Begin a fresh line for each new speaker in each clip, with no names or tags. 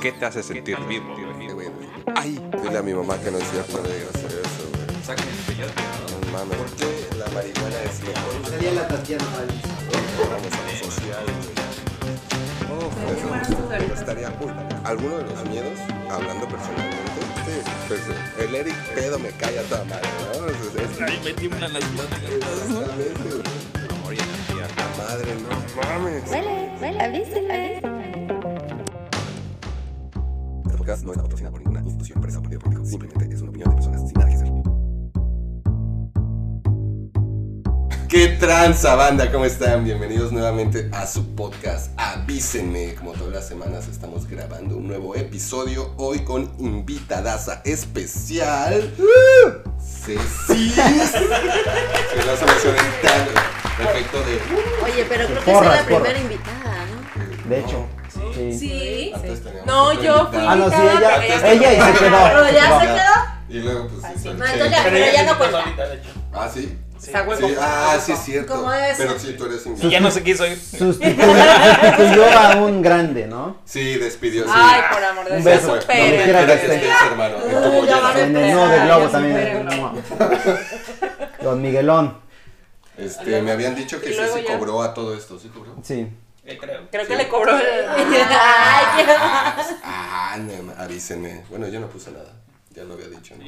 ¿Qué te hace sentir vivo?
Ay, dile a mi mamá que no es cierto, no digas eso, güey.
Sáquenme el peyote.
No mames. ¿Por qué la marihuana es mejor?
Sería la Tatiana Paris.
Vamos a lo social, güey. Eso estaría cool. Alguno de los miedos, hablando personalmente, sí, pues el Eric pedo me cae a toda madre, ¿no? Es- es- es-
Ahí me tiemblan las pláticas.
Exactamente, güey.
Amor y energía.
Madre, no mames.
Huele, huele, avísenme.
Este podcast no es patrocinado por ninguna institución, empresa o partido político. Simplemente es una opinión de personas sin nada que hacer. ¿Qué tranza, banda? ¿Cómo están? Bienvenidos nuevamente a su podcast. Avísenme. Como todas las semanas estamos grabando un nuevo episodio. Hoy con invitadaza especial. Ceci. Que las emociones tan respecto de...
Oye, pero creo que
Porras,
soy la
porras.
primera invitada, ¿no?
De hecho, sí.
Sí.
Antes teníamos
No,
otra
yo fui
invitada.
Ah, no, sí,
invitada,
ella-
pero-
ella y se quedó.
Pero ya se quedó.
Y luego pues... sí,
No,
Ah,
sí.
entonces ya, pero ya no cuenta.
Ah, sí.
Está huevo.
Sí, ah, sí es cierto.
Como es.
Pero sí, tú eres
Y
invitado.
ya no sé quién soy.
Sustituyó, sustituyó a un grande, ¿no?
Sí, despidió. sí.
Ay, por amor de
Un
Dios.
beso.
Fue- No
pero-
me
Superen.
Quiera que
digas que estés, hermano. que tú
Uy, ya
apoyas.
van a
En el nudo del globo también. Don Miguelón.
Este, me habían dicho que
Y luego
Ceci
ya.
cobró a todo esto. ¿Sí cobró?
Sí.
Creo que le cobró el.
Ay, qué-
Ah, no, ma- avísenme. Bueno, yo no puse nada. Ya lo había dicho. ¿no?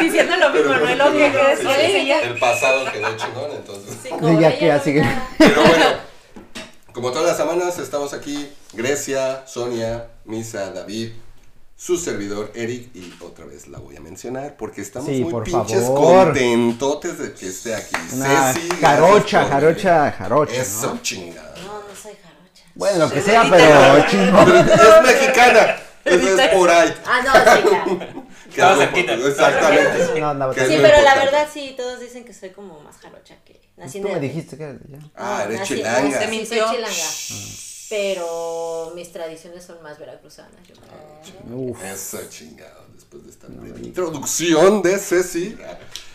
Diciendo lo mismo, no es lo que que
Sí,
decía
sí.
ella.
El pasado quedó chingón, entonces.
Sí, ya que así que.
Pero bueno, como todas las semanas estamos aquí, Grecia, Sonia, Misa, David, su servidor Eric y otra vez la voy a mencionar porque estamos
Sí,
muy
por
pinches
favor.
contentotes de que esté aquí.
Una
Ceci, gracias
jarocha,
por
jarocha,
venir.
jarocha. ¿no?
Eso chingada.
No, no soy jarocha.
Bueno, lo que sea, pero chingón.
Pero es mexicana. Eso es por ahí.
Ah, no, sí, ya.
Que es muy
cerquita.
po- Exactamente.
No andaba
Que es
Sí,
muy
pero la
importante.
verdad sí, todos dicen que soy como más jarocha que nací en
Tú me
DF.
dijiste que eres de allá.
Ah, eres
Nací-
chilanga. Mm.
Sí, soy
mintió.
chilanga. Pero mis tradiciones son más veracruzanas. yo creo.
Uf.
Eso chingado, después de esta breve introducción de Ceci.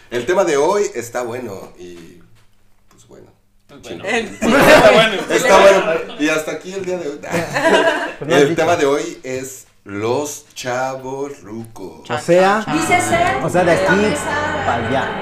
El tema de hoy está bueno y pues bueno.
Bueno.
Está bueno. Y hasta aquí el día de hoy.
Pero Pues no has
El
dicho.
tema de hoy es los chavos rucos.
O sea,
Dícese.
Ah.
o sea, de
esta
aquí
mesa-
para allá.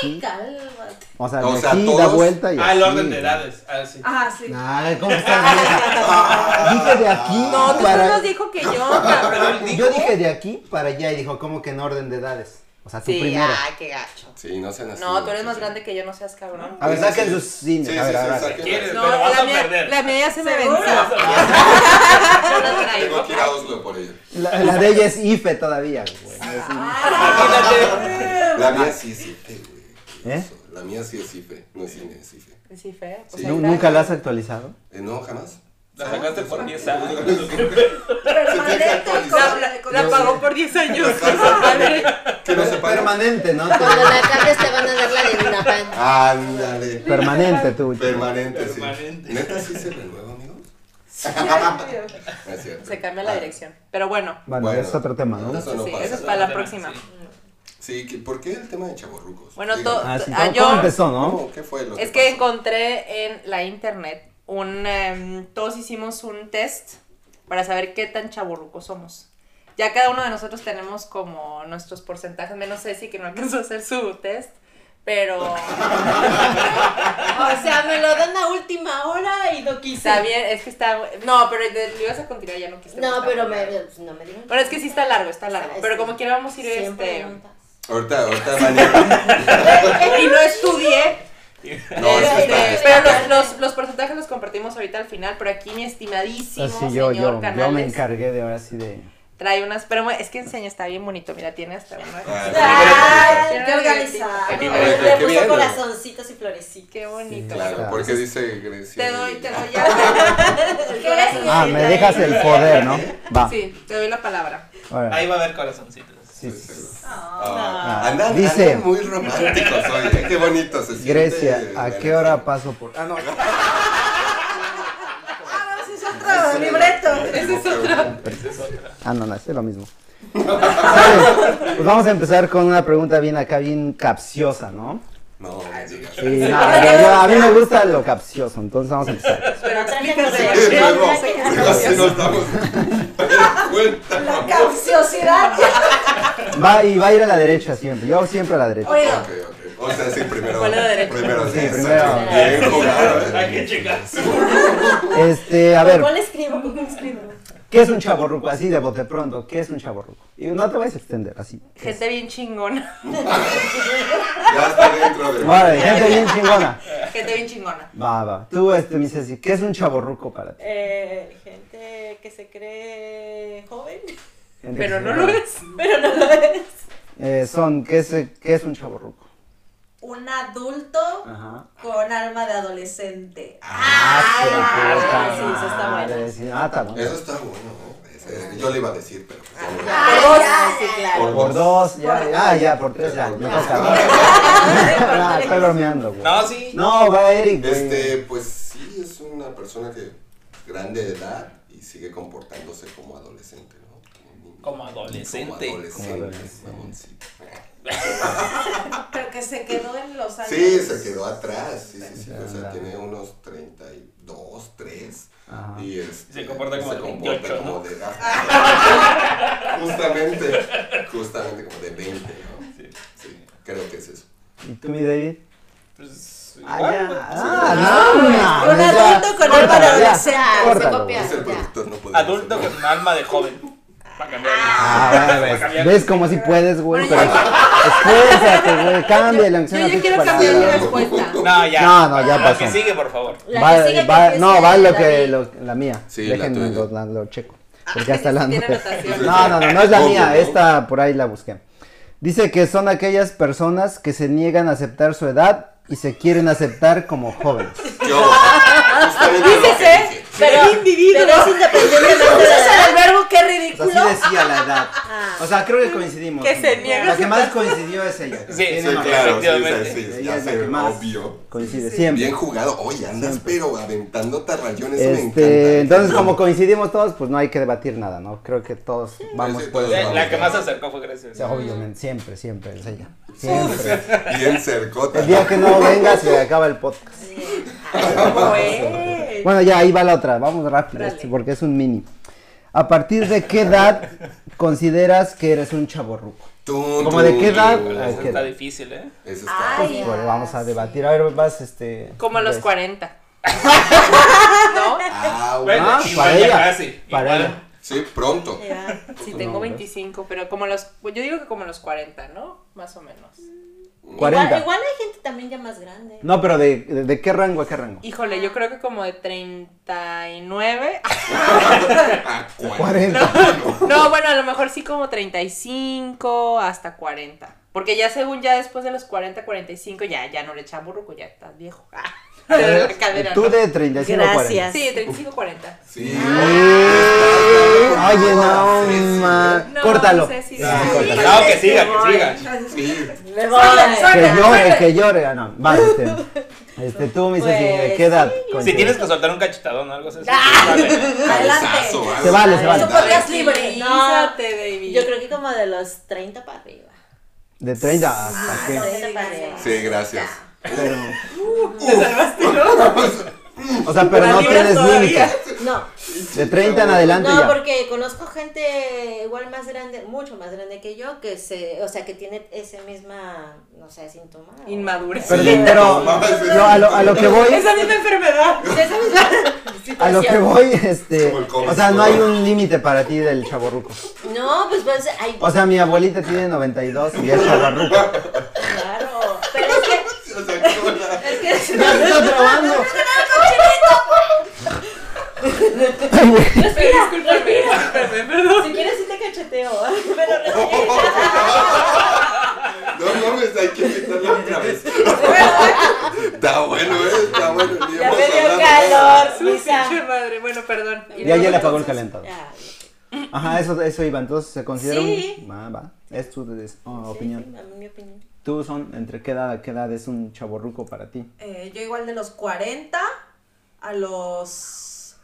Ay, cálmate.
O sea,
O
de
sea,
aquí da
todos-
vuelta y.
Ah, el
así.
orden de edades. Ah, sí.
Ah, sí.
Ah, ¿cómo está? Dije de aquí
No, tú
para.
nos dijo que yo, cabrón.
Yo dije de aquí para allá y dijo, ¿cómo que en orden de edades? O sea, tú
Sí, ah,
primero.
ay, qué gacho.
Sí, no sean así.
No, tú eres más grande que yo, no seas cabrón.
A ver,
Sí,
saquen
sí,
sus
sí.
cines.
Sí,
a ver,
sí,
a
sí,
ver, a ver.
saquen.
¿Quieres?
No,
pero vas
la
a
mía,
perder.
la mía ya se me venció.
No la
Tengo
traigo.
que ir a Oslo por ello.
La, la de ella es IFE todavía, güey. Es-
Imagínate.
La mía sí es IFE, güey. ¿Qué
¿Eh?
oso. La mía sí es IFE, no es cine, es IFE.
Sí, fea. pues
Sí.
ahí
Nu-
está.
¿Nunca la has actualizado?
Eh, no, jamás.
La sacaste por 10 años.
La, la- la pagó por 10 años.
Que no se pare.
Permanente, ¿no?
Cuando la cambias te van a dar la de Dinapan.
Ándale.
Permanente tú.
Permanente, sí.
Permanente.
¿Neta sí se renueva, amigos? Es cierto.
Se cambia la
Ah,
dirección. Pero bueno,
Bueno,
Bueno,
es otro tema, ¿no?
Eso no
sí,
pasa.
eso es para la próxima.
Sí, ¿qué- ¿por qué el tema de chavorrucos?
Bueno,
Díganme.
to-
Ah, sí,
Ah,
¿cómo,
yo-
cómo empezó, no?
¿Cómo? Pues, ¿Qué fue lo
Es que
pasó?
encontré en la internet un. em, todos hicimos un test para saber qué tan chaburrucos somos. Ya cada uno de nosotros tenemos como nuestros porcentajes. Menos Ceci que no alcanzó a hacer su test. Pero
O sea, me lo dan a última hora y no quise.
está bien, es que está. No, pero de- lo ibas a continuar, ya no quise.
No,
Este, pues, Está
pero
bueno.
me, no me dieron.
Pero es que sí está largo, está largo.
Está-
Pero
está-
como quiera, vamos a ir
Cien
este.
preguntas.
Ahorita, ahorita mañana.
Y no estudié.
No, es que está-
Este,
está-
pero los, los, los porcentajes los compartimos ahorita al final, pero aquí mi estimadísimo
Ah, sí, yo,
señor
yo, yo me
Canales
encargué de ahora sí de.
trae unas, pero bueno, es que enseña, está bien bonito, mira, tiene hasta una.
Ah,
Ay, qué organizado.
Qué
bien,
Le
qué
puso
bien.
corazoncitos y florecitas.
Qué bonito.
Claro, porque dice Grecia.
Te doy,
y-
te doy ya.
El corazón.
Ah, me dejas el poder, ¿no? Va.
Sí, te doy la palabra.
órale.
Ahí va a haber corazoncitos.
Sí, sí, sí.
Ah,
Ah,
andan,
dice-
andan muy románticos hoy. ¿eh? Qué bonito se siente.
Grecia, ¿a qué hora paso por.? Ah, no.
Libreto.
Ese es otro.
Ah, no, no, es lo mismo. Pues vamos a empezar con una pregunta bien acá, bien capciosa, ¿no?
No, no digas.
Sí, no, yo- yo- a mí me gusta lo capcioso, entonces vamos a empezar.
Pero
Sí,
explícate.
luego, luego sí nos damos cuenta.
La capciosidad.
Va y va a ir a la derecha siempre, yo siempre a la derecha.
Oye,
Ok, ok. O sea, sí, primero.
Fue la derecha.
Primero,
Sí,
sí, exacto.
primero.
Bien jugado. eh.
Hay que checarse.
Este, a ver,
¿cuál escribo? ¿Cómo escribo?
¿qué es un chaborruco? Así de bote pronto, ¿qué es un chaborruco? Y no te vayas a extender, así.
Gente bien chingona.
Ya está dentro de.
Vale, gente bien chingona.
Gente bien chingona.
Va, va. Tú, este, mi Ceci, ¿qué es un chaborruco para ti?
Eh, gente que se cree joven,
Gente
Pero
que
no
se-
lo es.
pero no lo es.
Eh, son, ¿qué es, qué es un chaborruco?
Un adulto
Ajá.
con alma de adolescente.
Ah, sí,
Ah,
puta
sí, eso está
madre,
bueno.
sí. Ah, está bueno.
Eso está bueno. ¿no? Ese- Yo le iba a decir, pero. pues,
Ah,
Por dos, sí, claro.
Por dos, ya, ya, ya, por tres, ya, me toca. Ah, Estoy bromeando, güey.
No, sí.
No, va Eric, güey.
Este, pues sí, es una persona que grande de edad y sigue comportándose como adolescente, ¿no? Como niño.
Como adolescente.
Como adolescente,
Como adolescente.
mamoncito.
Pero que se quedó en los años.
Sí, se quedó atrás, sí, sí, sí. O sea,
Anda.
tiene unos 32, 3.
Ajá.
Y este,
Se comporta como
se
de
comporta
28,
como de edad. justamente, justamente como de 20, ¿no? Sí. creo que es eso.
¿Y tú, mi David?
Pues,
Ah,
igual,
ya.
pues,
Ah, no, no,
Un
no, ya.
adulto con
Córtalo,
alma de
ya,
adolescente.
córtalo,
Se
güey.
copia.
Es el
ya.
productor, no puede
pues, Adulto con alma de joven. Para cambiar.
Ah,
Para
bueno, ves.
cambiar.
¿Ves como si puedes, güey? Pero esfuérzate, güey, cámbiale. aunque sea
Yo
una
ya
pinche
quiero
palabra.
cambiar mi respuesta.
No, ya.
No, no, ya
Lo
pasó.
que sigue, por favor.
La
Va-
que sigue
va-
que
no,
es
va
la
lo
de Ah,
que
David.
lo- la mía.
Sí, la
Déjenme
tuya.
lo, la- lo checo. Porque ya está hablando.
Tiene anotación.
No, no, no, no es la
Obvio, ¿no?
mía. Esta por ahí la busqué. Dice que son aquellas personas que se niegan a aceptar su edad y se quieren aceptar como jóvenes.
Yo, justamente lo que
¿eh?
¿eh?
dije.
Pero, pero es independientemente de la edad.
verbo qué
O
ridículo.
sea, así decía la edad. O sea, creo que coincidimos.
Que se niega
La que más coincidió es ella.
Sí,
Tiene
Sí,
más-
claro, sí,
Efectivamente.
sí, sí,
Ella
ya
es la
sé,
que más.
obvio.
Coincide siempre.
Bien jugado. Oye, andas pero aventando tarrayones, me encanta.
Este, entonces, como coincidimos todos, pues no hay que debatir nada, ¿no? Creo que todos vamos
sí, pues,
por
todos
ese-
Eh, La que más se acercó fue Grecia.
Sí,
Mm.
Obviamente, siempre, siempre, es ella. Siempre.
Bien cercota.
El día que no vengas se acaba el podcast.
Güey.
Bueno, ya ahí va la otra, vamos rápido,
Dale.
este, porque es un mini. ¿A partir de qué edad consideras que eres un chaborruco?
Tun,
¿Como de
tun,
qué edad? Ah,
tun.
Ay,
Eso
qué-
Está difícil, ¿eh?
Eso está.
Ay.
Bueno, vamos a debatir. A ver, vas, este.
Como a los
ves.
40.
Pues.
¿No?
Ah,
Bueno,
Ah,
igual
para
ya
ella.
casi,
Para
igual.
ella.
sí, pronto.
Ya.
Si
Pues No,
tengo
¿ves?
25, pero como los. Yo digo que como los 40, ¿no? Más o menos.
40.
Igual, igual hay gente también ya más grande.
No, pero de, de, de qué rango a qué rango?
Híjole,
Ah.
yo creo que como de 39.
Ah, cuarenta.
40.
No, bueno, a lo mejor sí como 35 hasta 40. Porque ya según ya después de los 40, 45, ya, ya no le echamos burruco, ya estás viejo. De la cadera,
Eh, Tú
¿no?
de 35 a 40.
Gracias.
Sí, 35, 40.
Sí.
Oye, no,
Sí, sí.
ma.
No,
Córtalo.
no sé si-
Sí,
Ay,
córtalo.
No, que siga, que siga.
Sí.
Me voy.
Que llore, que llore. Ah, no, vale. Este, este, tú, mi Ceci, ¿de qué edad?
Si
consideras?
tienes que soltar un cachetadón o algo así.
Ah.
Vale.
Adelante.
Cabezazo, algo.
Se vale, se vale.
Eso podrías libre. No,
Tranquilízate, David.
yo creo que como de los 30 para arriba.
De 30 hasta qué.
30 para arriba.
Sí, gracias.
O sea, pero
La
no
libras
tienes
todavía.
límite.
No,
De 30 en adelante
no,
ya.
porque conozco gente igual más grande, mucho más grande que yo, que se, o sea, que tiene ese misma, no sé, síntoma. o-
Inmadurez.
Pero,
Sí,
pero
no mames.
yo a lo, a lo que voy,
Es la misma enfermedad.
De esa misma
a lo que
situación.
voy, este,
Como el COVID,
o sea, no
¿no?
hay un límite para ti del chaborruco.
No, pues pues, ay,
O sea, mi abuelita tiene 92 y es chaborruco.
claro. Pero es que,
O sea, qué buena.
es que
Ya
es
se está trabando.
Discúlpame, discúlpame, perdón.
Si quieres sí te cacheteo, pero respira.
No mames, hay que invitarla otra vez. Está bueno, ¿eh? Está bueno. ni
Ya
hemos
me dio
hablado.
calor,
Su pinche
Luisa.
madre. Bueno, perdón. Y
Ya, ya
luego-
le apagó el calentador.
Ya.
Ajá, eso, eso iba. Entonces, ¿se considera
Sí.
un...? Va, va. Es tu es- oh,
Sí,
opinión.
sí, mi opinión.
¿Tú, Son, entre qué edad a qué edad es un chaborruco para ti?
Eh, yo igual de los 40 a los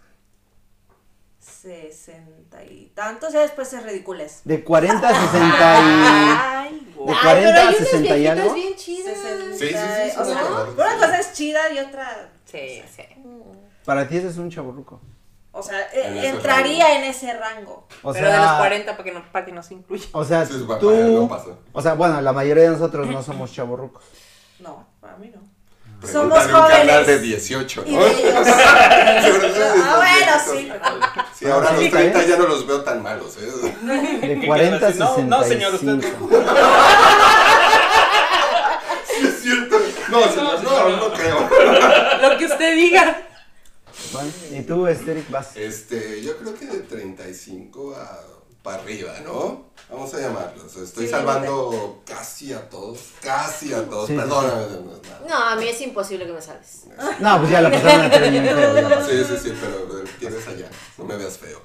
60 y tantos, ya después es ridiculez.
De 40 a 60 y... De 40 a
unas
60 y algo.
bien chidas.
Sí, sí, sí, sí,
O sea,
no, no, no.
una cosa es chida y otra.
Sí, sí.
Para ti ese es un chaburruco.
O sea,
En
eh,
ese
entraría en ese rango.
O
Pero
sea,
de los 40 para que no, para que no se incluya.
O sea,
Eso es guapa, no
tú...
pasó.
O sea, bueno, la mayoría de nosotros no somos chaburrucos.
No, para mí no.
Pregúntale
Somos
a un canal
jóvenes.
de 18,
Y
¿no?
de ellos. ah, bueno, sí.
Sí, ahora
Sí,
los
¿eh?
30 ya no los veo tan malos, ¿eh?
De 40 a
así, no,
65.
no, señor, usted
Sí, es cierto. No, señor, no, no creo.
Lo que usted diga.
Bueno, y tú, Esteric, vas.
Este, yo creo que de 35 a para arriba, ¿no? Vamos a llamarlos. Estoy
Sí,
salvando casi a todos, casi a todos.
Sí, sí,
Perdóname. no es nada.
No, a mí es imposible que me salves.
No, pues ya la pasaron a tener bien feo, ya pasó.
Sí, sí, sí, pero eh, tienes allá. No me veas feo.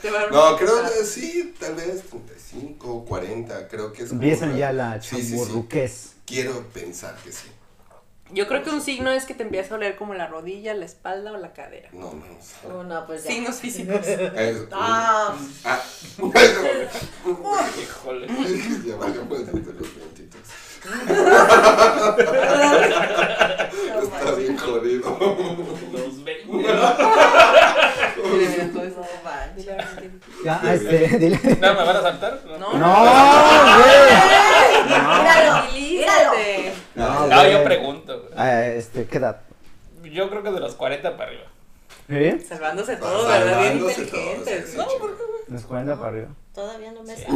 Te va a-
No, creo que sí, tal vez 35, 40, creo que es. como-
Empiezan ya la
Sí, sí, sí.
chaburruquez.
Quiero pensar que sí.
Yo creo que un signo es que te empieza a oler como la rodilla, la espalda o la cadera.
No, no, no. sé.
No, no, pues ya.
Signos físicos.
Eh,
Ah,
ah.
Híjole.
Ya vayamos entre los puntitos. Está bien jodido.
Los 20. No,
no manches.
Ya, este, dile.
¿me van a saltar?
No,
No, güey.
Míralo, míralo.
Tranquilízate.
No,
No, yo
güey.
pregunto. güey.
Ah, este, ¿qué edad?
Yo creo que de los 40 para arriba.
¿Eh?
¿Sí?
Salvándose
Va
todo, ¿verdad? Bien
salvándose
inteligentes.
todo, sí, sí,
Los 40 para arriba.
Todavía no me salves.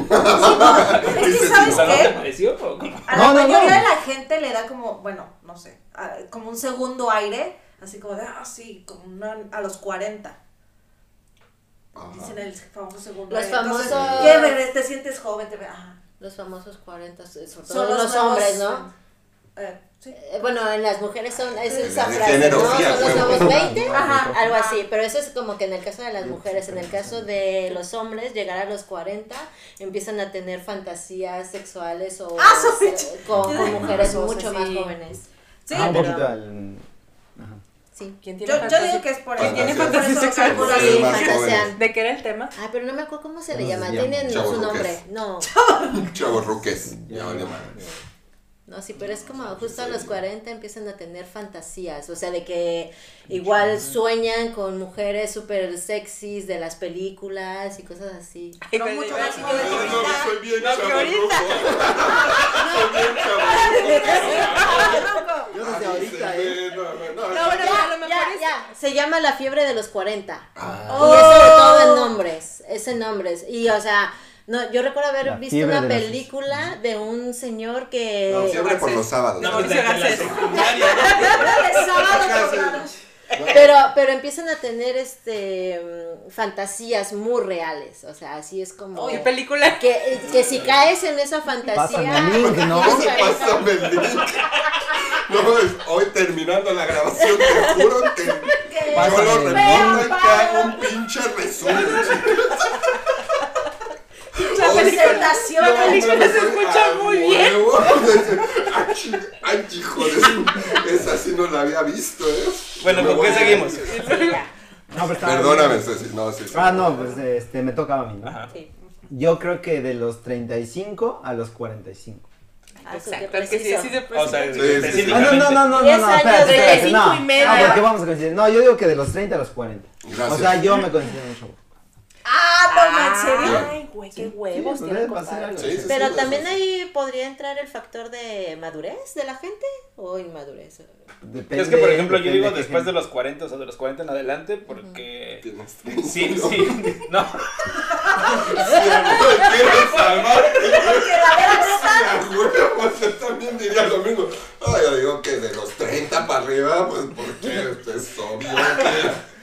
Es que,
O
¿sabes
sea, ¿no te
qué?
pareció? o cómo?
A
No,
la
no,
mayoría
no.
de la gente le da como, bueno, no sé, a- como un segundo aire, así como de, ah, sí, como una- a los 40. Dicen el famoso segundo
Los
aire. Entonces,
famosos-
¿qué, bebé? te sientes joven, te ve, ajá.
Los famosos 40, sobre todo
Son
los,
los nuevos-
hombres, ¿no?
Eh, sí.
Eh, Bueno, en las mujeres son, es
El
esa
de
frase,
género,
¿no?
sí, a
Son los
huevo.
nuevos 20,
Ajá.
algo así, pero eso es como que en el caso de las mujeres, en el caso de los hombres, llegar a los 40, empiezan a tener fantasías sexuales o
Ah, soy
o sea, con, con mujeres
Cosas
mucho más
así.
jóvenes.
Sí,
Ah, un
pero-
poquito al.
Sí.
¿Quién tiene
yo, yo
fantasía?
digo que es por
¿Quién
eso.
tiene
por eso
fantasía sexual?
calculo
Sí,
así.
más
fantasean.
¿De qué era el tema?
Ay, pero no me acuerdo cómo se le
No se
llama,
llama.
tienen su
Chavorruques.
nombre. No,
Chavos ruques. Ya valió madre.
no, sí, pero es como justo a los 40 empiezan a tener fantasías, o sea, de que igual sueñan con mujeres súper sexys de las películas y cosas así.
No mucho más
No, no, no, soy bien chavorruco. Soy bien chavorruco.
Yo desde
Ay,
ahorita,
se
¿eh?
ve, no, no, no.
No, bueno,
Ya,
a lo mejor
ya,
es-
ya. Se llama la fiebre de los 40.
Ah,
Y es sobre todo en
Oh.
hombres, es en hombres. Y o sea, no, yo recuerdo haber
La
visto
fiebre
una
de los-
película de un señor que...
no, se abre por los sábados.
No, desde la secundaria.
Pero, pero empiezan a tener este mm, fantasías muy reales. O sea, así es como.
¿Qué película?
que, eh, que si caes en esa
Pásame
fantasía. pues,
el link, ¿no?
No se pasa el link. No, es- hoy terminando la grabación, te juro que yo
Pásame
lo
el
remonto y te hago un pinche resumen.
La
Hoy-
presentación. La película se escucha muy bien.
Ay, hijo de su- Esa sí no la había visto, ¿eh?
Bueno,
Me
¿con
voy
qué
a-
seguimos?
No, pero estaba-
Perdóname, Ceci. No, sí, sí.
Ah, no, pues este, me toca a mí, ¿no?
Ajá.
Yo creo que de los 35 a los 45.
Ah, tú, qué
Exacto, el que sí,
preciso.
sí se
O sea,
presenta.
sí, sí.
Ah, no,
específicamente.
no, no, no, no, no,
Diez años,
espérate, espérate,
35
no.
y medio.
No, porque vamos a coincidir. No, yo digo que de los 30 a los 40.
Gracias.
O sea, yo me considero un chavo.
Ah, no, en serio.
Ay, güey, qué huevos
Sí, pues,
tiene
debe pasar
compadre.
algo.
Sí, sí, sí,
Pero
sí,
también
sí.
ahí podría entrar el factor de madurez de la gente o inmadurez.
Depende-
Es que, por ejemplo, yo
depende
digo
qué
después de
género.
los 40, o sea, de los 40 en adelante, porque...
Tienes
Sí,
razón.
sí, no.
¿Quieres salvar? Sí, a huevo, yo también diría lo mismo. Ah, yo digo que de los 30 para arriba, pues porque esto es obvio. que-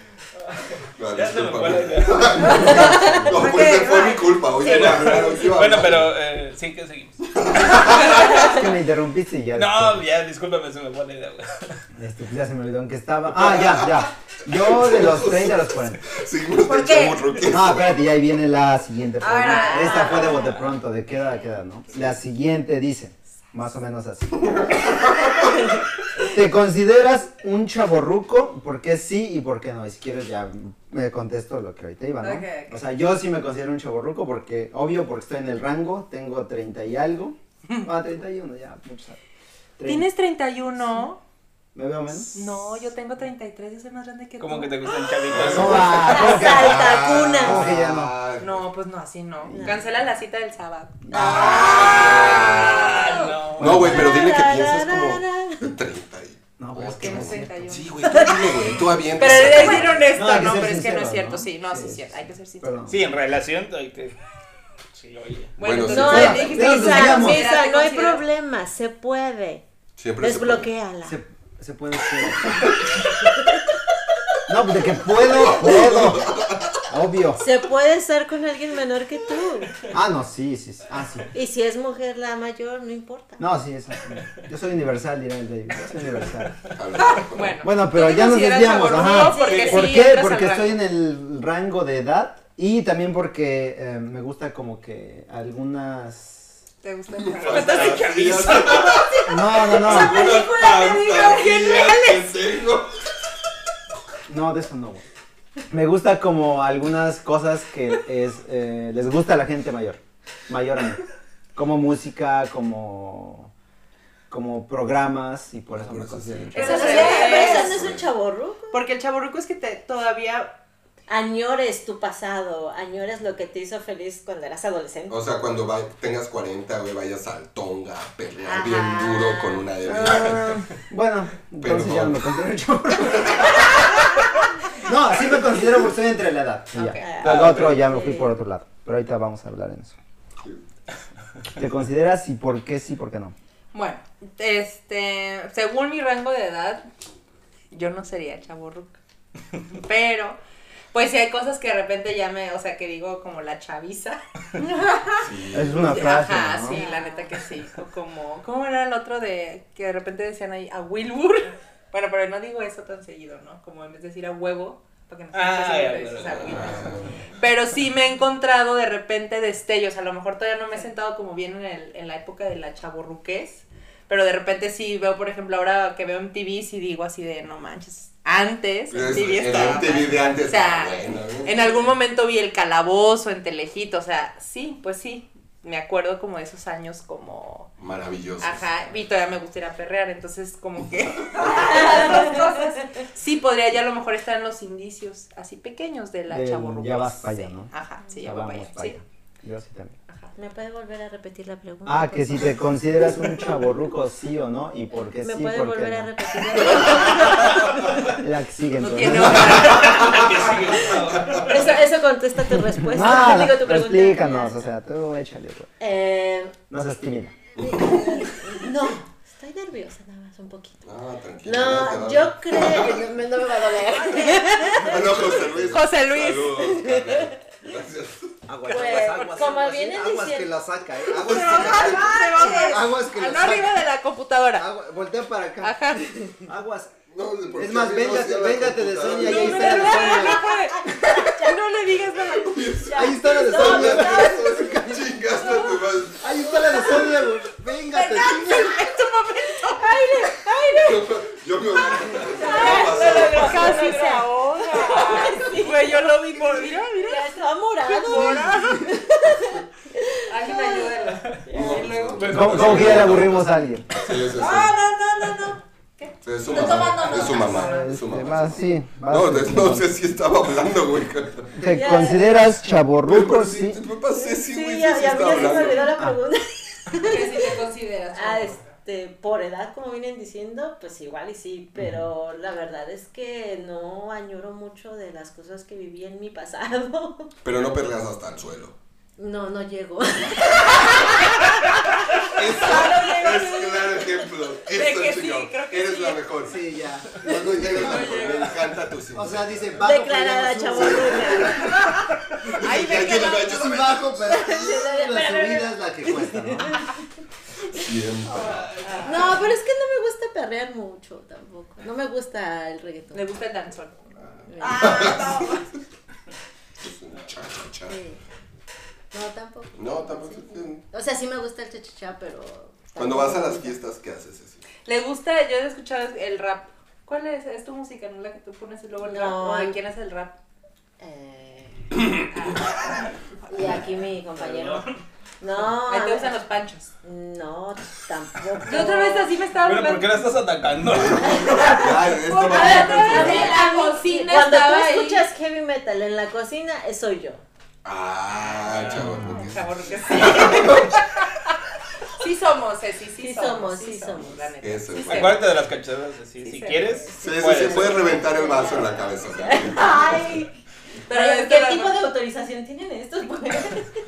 No,
Ya se me
discúlpame.
fue la idea.
No, pues se fue mi culpa. Oye, la verdad, yo-
Bueno, pero eh, sí que seguimos.
Es que me interrumpiste y ya.
No, ya, discúlpame, se me fue la idea, güey.
Este, ya se me olvidó en qué estaba. Ah, ya, ya. Yo de los 30 a los 40.
Signos de
¿Por qué?
chaburruquismo.
No, espérate, y ahí viene la siguiente
A ver,
pregunta.
a ver,
Esta
a
fue de bote pronto, de queda a queda, ¿no? La siguiente dice: Más o menos así. ¿Te consideras un chaborruco? ¿Por qué sí y por qué no? Y si quieres ya me contesto lo que ahorita iba, ¿no?
Ok, ok.
O sea, yo sí me considero un chaborruco porque, obvio, porque estoy en el rango, tengo 30 y algo. Ah, 31 ya, muchos años. Tre-
¿Tienes 31?
¿Me veo menos?
No, yo tengo 33, yo soy más grande que tú.
Como que te gustan chavitos.
No, va, ¿cómo que-
Salta
¿Cómo que ya no?
Ah,
No, pues no, así no. Cancela la cita del sábado.
Ah, no.
No, güey, pero dile que piensas como 30 y...
No,
Oh,
pues
que
qué
no
mal.
es 31.
Sí, güey, tú dile, güey, tú avientas.
Pero es bien honesto,
No, hay
no,
que ser
pero es que no
sincero,
es cierto,
¿no?
sí, no, sí,
Sí,
es cierto,
sí.
hay que ser sincero.
Perdón.
Sí, en relación hay que. Sí, oye.
Bueno,
Bueno,
sí.
No,
Mira,
eh,
dijiste que
Misa,
consideramos.
Misa, no hay
Consideramos.
problema, se puede.
Siempre se puede.
Desbloquéala.
Se, se puede hacer. No, pues de que puedo, puedo. Obvio.
Se puede estar con alguien menor que tú.
Ah, no, sí, sí. sí. Ah, sí.
Y si es mujer la mayor, no importa.
No, sí, eso. sí. Yo soy universal, dirá el David. Yo soy universal.
A ver,
Bueno,
Bueno, pero
¿Tú te
ya nos
consideras
desviamos.
chavorruco?
Ajá.
Porque
¿Por
sí,
qué?
entras
Porque
al
estoy en
rango.
el rango de edad y también porque eh, me gusta como que algunas...
¿Te gusta?
Fantasías.
No, no, no.
película te digo,
Fantasías que tengo.
No, de eso no. güey. Me gusta como algunas cosas que es, eh, les gusta a la gente mayor. Mayor a mí. Como música, como, como programas y por eso me considero.
Por
Pero
Eso
eso,
sí.
no es un chaborruco.
Porque el chaborruco es que te, todavía...
Añores tu pasado, añores lo que te hizo feliz cuando eras adolescente.
O sea, cuando va- tengas 40, güey, vayas al tonga a pelear
Ajá.
bien duro con una de
Ah, bueno, entonces
Pero-
ya no me considero chavorruco. No, sí me considero porque estoy entre la edad. y ya. Al otro ya me fui por otro lado. Pero ahorita vamos a hablar en eso. ¿Te consideras y por qué sí, por qué no?
Bueno, este, según mi rango de edad, yo no sería chaborruca. Pero, pues sí hay cosas que de repente ya me, o sea, que digo como la chaviza.
Es una frase,
Ajá,
¿no?
sí, la neta que sí. O como, ¿cómo era el otro de que de repente decían ahí a Wilbur? Bueno, pero no digo eso tan seguido, ¿no? Como en vez de decir a huevo, porque no sé
Ah,
si
ya,
le dices
ya,
a
ya.
Wilbur. Pero sí me he encontrado de repente destellos. A lo mejor todavía no me he sentado como bien en, el- en la época de la chaborruquez. Pero de repente sí veo, por ejemplo, ahora que veo MTV, sí digo así de, no manches, antes
Es-
MTV
el
estaba
MTV de
mal".
antes
O sea,
estaba bueno, ¿eh?
en algún momento vi El Calabozo en Telejito, o sea, sí, pues sí, me acuerdo como de esos años como...
maravilloso.
Ajá, y todavía me gusta ir a perrear, entonces como que... las dos cosas. Sí, podría ya a lo mejor estar en los indicios así pequeños de la
Del
chaburruca.
ya vas pa' allá, ¿no?
Ajá, sí, ya,
Ya
voy
vamos
para
para
allá.
allá. Yo sí también.
¿Me puede volver a repetir la pregunta?
Ah,
por
que si
favor?
te consideras un chaborruco sí o no y por qué
¿Me
sí,
puede
por
volver a
qué
repetir la pregunta?
no. La que sigue
Sí. No
entonces.
tiene otra.
Que sigue.
Eso, eso contesta tu respuesta.
Ah,
pues, digo tu pregunta.
explícanos, o sea, tú échale, güey.
Eh,
No seas tímida.
no, estoy nerviosa nada más un poquito.
Ah, tranquilo.
No, yo creo. No, me- no me va a doler.
No, José Luis.
José Luis.
Saludos, carnal. Gracias.
Aguas,
Pues, como vienes diciendo-
la saca, eh.
Ah,
No, no, no, no,
Aguas que Ah, la
Ah, no
saca.
arriba de la computadora.
Agua- voltea para acá.
Ajá.
Aguas.
No, de por
Es
qué
más,
no
véngate,
hacía la
véngate de
computadora.
Sonia y
No,
ahí
no,
está
no,
la Sonia.
No le digas nada.
Ahí está la de
No, no,
Sonia.
no, no, Chingaste a tu madre.
Ahí está la de Sonia, güey. Véngate, chinga.
Yo me voy
Casi se ahoga. Güey, yo lo vi por... Mira, mira.
Ya está morado.
Alguien ayúdala.
¿Cómo, cómo que ya le aburrimos a alguien?
Sí, es eso.
No, no, no, Ah, no.
Es su
Estoy tomando
mamá. Es
notas.
su mamá. Es
Este,
su mamá.
vas, sí, vas,
No,
este,
de- no sé si estaba hablando, güey.
¿Te consideras chaborruco?
Pero
Sí.
sí, papá Ceci,
Sí,
güey, sí
ya,
se
ya,
está
ya se me olvidó
hablando.
la
Ah.
pregunta.
¿Qué si te consideras?
Ah, este, por edad, como vienen diciendo, pues igual y sí, pero la verdad es que no añoro mucho de las cosas que viví en mi pasado.
Pero no perreas hasta el suelo.
No, no llego.
Es claro ejemplo. Eso,
que sí,
chingado.
creo que
Eres
sí.
la mejor.
Sí, ya.
Cuando llegas, me encanta tu cinta.
O sea, dice bajo.
Declarada
pero ya no
chaborruca.
Ay, me ayúdame,
sube.
ayúdame.
Sí, bajo, pero
Espera,
la
espera,
subida es la que cuesta, ¿no?
Siempre.
No, pero es que no me gusta perrear mucho tampoco. No me gusta el reggaetón. Eh,
Le gusta el danzón.
Ah. Cha, cha, cha.
Sí. No, tampoco.
No, tampoco.
O sea, sí me gusta el chachachá, pero
Cuando vas a las fiestas, ¿qué haces? Ceci?
Les gusta, yo he escuchado el rap. ¿Cuál es? ¿Es tu música, no la que tú pones y luego el rap?
No.
¿O de quién es el rap?
Eh, ah, y aquí mi compañero. No,
Ahí te
a
usan
ver,
los panchos.
no, tampoco.
Yo otra vez así me estaba
Pero ¿por qué la estás atacando?
Ay, esto va
A
a ser
ver, a
personal.
ver, la cocina
Cuando tú
estaba ahí.
escuchas heavy metal en la cocina, eh, soy yo.
Ah, chavo, porque-
Sabor que sí. sí somos, Ceci, sí,
Sí
somos,
somos,
sí
sí
somos,
somos.
la neta.
Eso es.
Sí,
Acuérdate de las cachadas. Si,
Sí,
si
sí.
quieres,
Sí, sí,
puedes.
sí, puedes reventar el vaso en la cabeza. o sea.
Ay. Pero
Pero
¿qué
esto
tipo
no-
de autorización tienen estos? pues?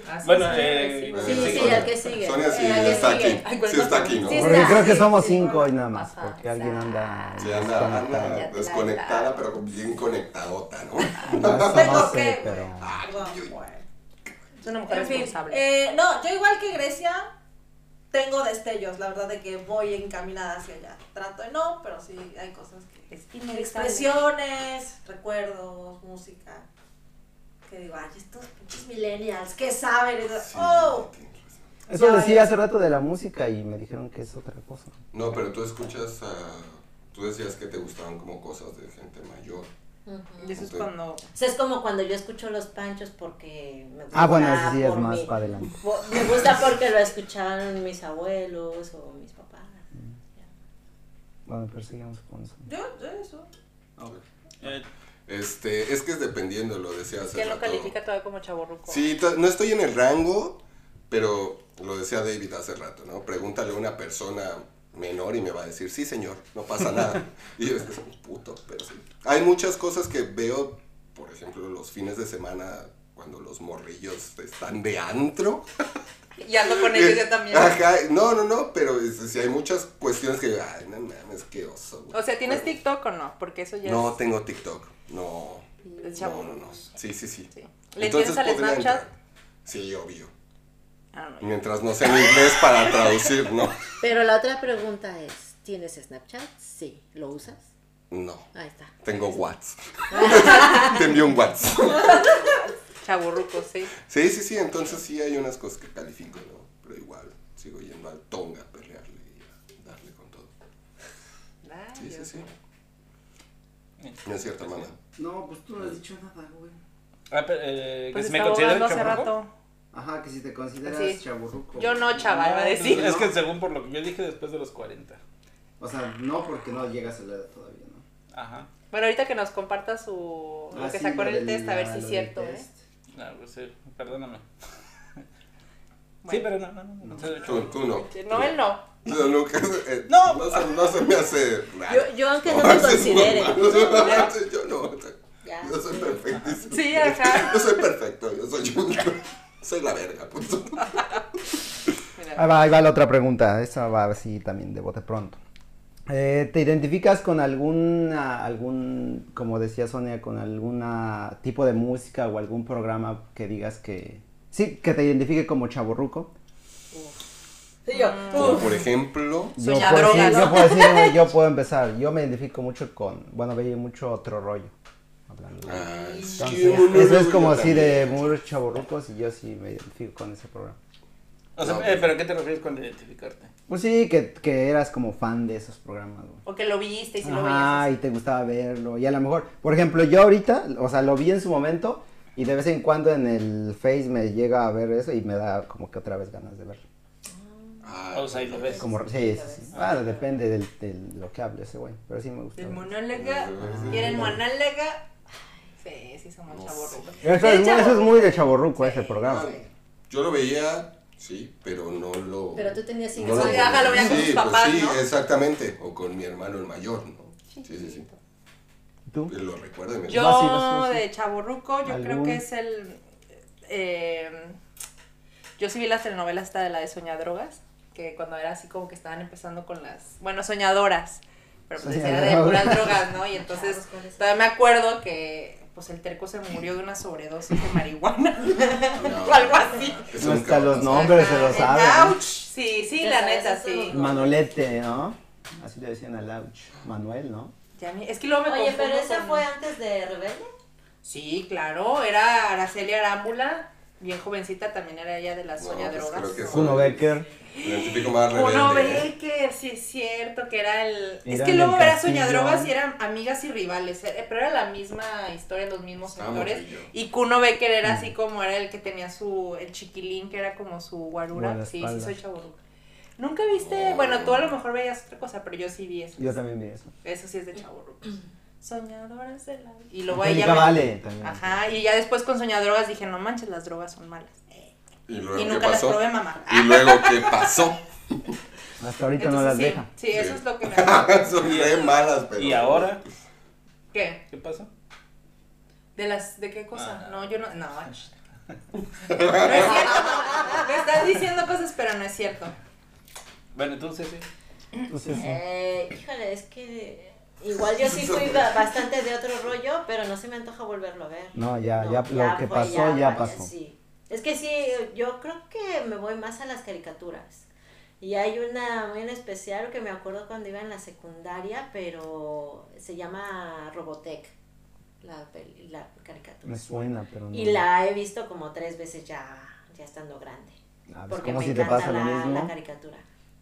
Ah, sí,
Bueno,
sí,
eh,
sí.
Sí, sí,
Sonia-
al que sigue.
Sonia sí
Al que
está
sigue.
aquí. Sí está aquí, ¿no?
Sí está.
Porque creo que
sí,
somos
sí.
cinco hoy nada más,
Ajá,
porque alguien anda
Sí, anda, anda
desconectada.
desconectada, pero bien conectadota, ¿no?
Eso no
Ok,
sé,
güey.
pero...
Guau, güey.
Es una mujer
En fin,
responsable.
eh, no, yo igual que Grecia, tengo destellos, la verdad, de que voy encaminada hacia allá. Trato de no, pero sí hay cosas que...
Es inevitable.
Expresiones, recuerdos, música. Que digo, ay, estos pinches millennials, ¿qué saben? Y digo,
Sí,
oh,
tienes razón.
Eso
Ya,
decía
ya.
hace rato de la música y me dijeron que es otra cosa.
No, pero tú escuchas a... Tú decías que te gustaban como cosas de gente mayor.
Y eso es
Ok.
cuando.
O sea, es como cuando yo escucho los panchos porque me gusta.
Ah, bueno, eso sí es
por
más
mi-
para adelante.
po- Me gusta porque lo escucharon mis abuelos o mis papás.
Mm. Bueno, pero sigamos con eso.
yo, yo eso.
Eh,
Este, es que es dependiendo, lo decía hace
¿Quién lo
rato.
califica todavía como chaborruco?
Sí, to- no estoy en el rango, pero lo decía David hace rato, ¿no? Pregúntale a una persona menor y me va a decir, sí, señor, no pasa nada. y yo, este es un puto, pero sí. Hay muchas cosas que veo, por ejemplo, los fines de semana cuando los morrillos están de antro.
Y ando con ellos yo también.
Ajá, no, no, no, pero es- sí, hay muchas cuestiones que, ay, no mames, qué oso. güey".
O sea, ¿tienes
Pero-
TikTok o no? Porque eso ya
No
es.
tengo TikTok, no.
es
No, no,
chaborruco.
no. Sí, sí, sí.
Sí. ¿Le
Entonces
entiendes al
podría
Snapchat?
entrar. Sí, obvio.
Ah, no.
Mientras no sea en inglés para traducir, ¿no?
Pero la otra pregunta es: ¿tienes Snapchat? Sí. ¿Lo usas?
No.
Ahí está.
Tengo Whats. Te envío un Whats.
Chaborruco, sí.
Sí, sí, sí. Entonces sí hay unas cosas que califico, ¿no? Pero igual sigo yendo al Tonga a pelearle y a darle con todo.
Ay,
Sí, sí,
Dios
sí.
mío.
No es cierto, mamá.
No, pues tú no has dicho nada, güey.
ah, pero, eh,
Pues
¿que ¿Me
estaba
considero
ahogando hace rato.
Ajá, que si te consideras
Sí.
chaburruco.
Yo no, chaval, va a decir.
Es que según por lo que yo dije, después de los 40.
O sea, no porque no llegas a la edad todavía, ¿no? Ah,
Ajá.
Bueno, ahorita que nos comparta su. lo que sacó en el test, a ver si es cierto, ¿eh?
No, pues sí, perdóname.
Bueno.
Sí, pero no, no, no. No, se lo
Tú,
echo.
tú no.
No, él no.
No, no, que- eh,
No.
no se, no se me hace raro.
Yo, yo aunque no me
eso es
considere.
normal. Yo no.
Ya.
Yo soy perfectísimo.
Sí, ajá.
Yo soy perfecto. Yo soy un- Soy la verga, pues. punto.
Ahí va, ahí va la otra pregunta. Esa va así también de bote pronto. Eh, ¿Te identificas con alguna, algún, como decía Sonia, con algún tipo de música o algún programa que digas que... Sí, que te identifique como chaborruco?
Sí, yo.
Como por ejemplo.
Yo
Soñadora,
puedo, decir-
¿no?
yo puedo decir, güey, yo puedo empezar. Yo me identifico mucho con, bueno, veía mucho otro rollo. Hablando. de-
Ay,
Entonces,
ah, sí, no, no,
eso
no,
es
yo
como así de
también.
muchos chaborrucos y yo sí me identifico con ese programa.
O sea,
No, pues,
eh, pero ¿qué te refieres con identificarte?
Pues sí, que, que eras como fan de esos programas, güey.
O que lo viste y si lo
Ajá,
veías.
y te gustaba verlo. Y a lo mejor, por ejemplo, yo ahorita, o sea, lo vi en su momento y de vez en cuando en el Face me llega a ver eso y me da como que otra vez ganas de verlo.
Ah,
O sea, ahí lo ves.
Como, sí, sí, sí. Bueno, depende del- de lo que hable ese güey, pero sí me gusta.
El
verlo.
monóloga. ¿Quieren monóloga? Ay, sí, sí, somos
No
chaborrucos.
Eso es, muy, eso es muy de chaborruco ese programa.
Ay, Yo lo veía, sí, pero no lo.
Pero tú tenías cinco
lo
años.
veía.
Ajá, lo veía con
Sí,
tus
pues
papás,
sí,
¿no?
exactamente. O con mi hermano el mayor, ¿no? Sí, sí, sí.
¿Tú?
Lo recuerdo. y me-
Vas, sí, vas,
Yo
vas, sí.
de chaborruco, yo creo
¿Algún?
que es el. eh, yo sí vi las telenovelas esta de la de Soñadrogas, que cuando era así como que estaban empezando con las. Bueno, soñadoras. Pero pues decía de
Soñadoras.
puras drogas, ¿no? Y entonces todavía me acuerdo que pues el terco se murió de una sobredosis de marihuana
No.
o algo así.
Es
No,
un
hasta los
cabrón.
nombres se
Ajá,
lo
el
saben.
ouch. Sí, sí,
Ya
la
sabes,
neta,
eso
sí.
es
¿no? Manolete, ¿no? Así le decían al Lauch. Manuel, ¿no?
Ya ni- es que luego me
Oye,
confundo
pero esa
con-
fue antes de Rebelde.
Sí, claro, era Araceli Arámbula, bien jovencita, también era ella de las
No,
Soñadrogas.
pues creo que
Kuno Becker.
Me identifico más rebelde.
Uno ve que sí es cierto, que era el... es
Era
que
en
luego
el
era
castillo.
Soñadrogas y eran amigas y rivales, eh, pero era la misma historia, los mismos
Vamos,
actores.
y yo.
Y Kuno Becker
Mm.
era así como era el que tenía su... el chiquilín que era como su guarura. Sí, sí
Guardaespaldas. Oh.
soy chaburruca. Nunca viste... Bueno, tú a lo mejor veías otra cosa, pero yo sí vi eso.
Yo también vi eso.
Eso sí es de chaburrucos. Soñadoras de la... Y luego ahí ya...
Angélica
me-
Vale también.
Ajá, y ya después con Soñadrogas dije, no manches, las drogas son malas.
¿Y luego
Y
qué
nunca las
pasó?
probé, mamá.
¿Y luego qué pasó?
Hasta ahorita no las
sí,
deja.
Sí, eso es lo que me...
Son re malas, pero.
¿Y ahora?
¿Qué?
¿Qué pasa?
¿De las de qué cosa?
Ah.
No, yo no. No, no es cierto. mamá. Me estás diciendo cosas, pero no es cierto.
Bueno, entonces sí.
Entonces,
Eh, híjole, es que igual yo sí fui ba- bastante de otro rollo, pero no se me antoja volverlo a ver.
No, ya-
No,
ya lo que
fue,
pasó, ya
vaya,
pasó.
sí. Es que sí, yo creo que me voy más a las caricaturas. Y hay una muy en especial que me acuerdo cuando iba en la secundaria, pero se llama Robotech, la, peli- la caricatura.
me suena, pero no.
Y la he visto como tres veces ya, ya estando grande.
Ah, pues,
Porque
como
me
si te
encanta
pasa lo
la, la
mismo.
caricatura.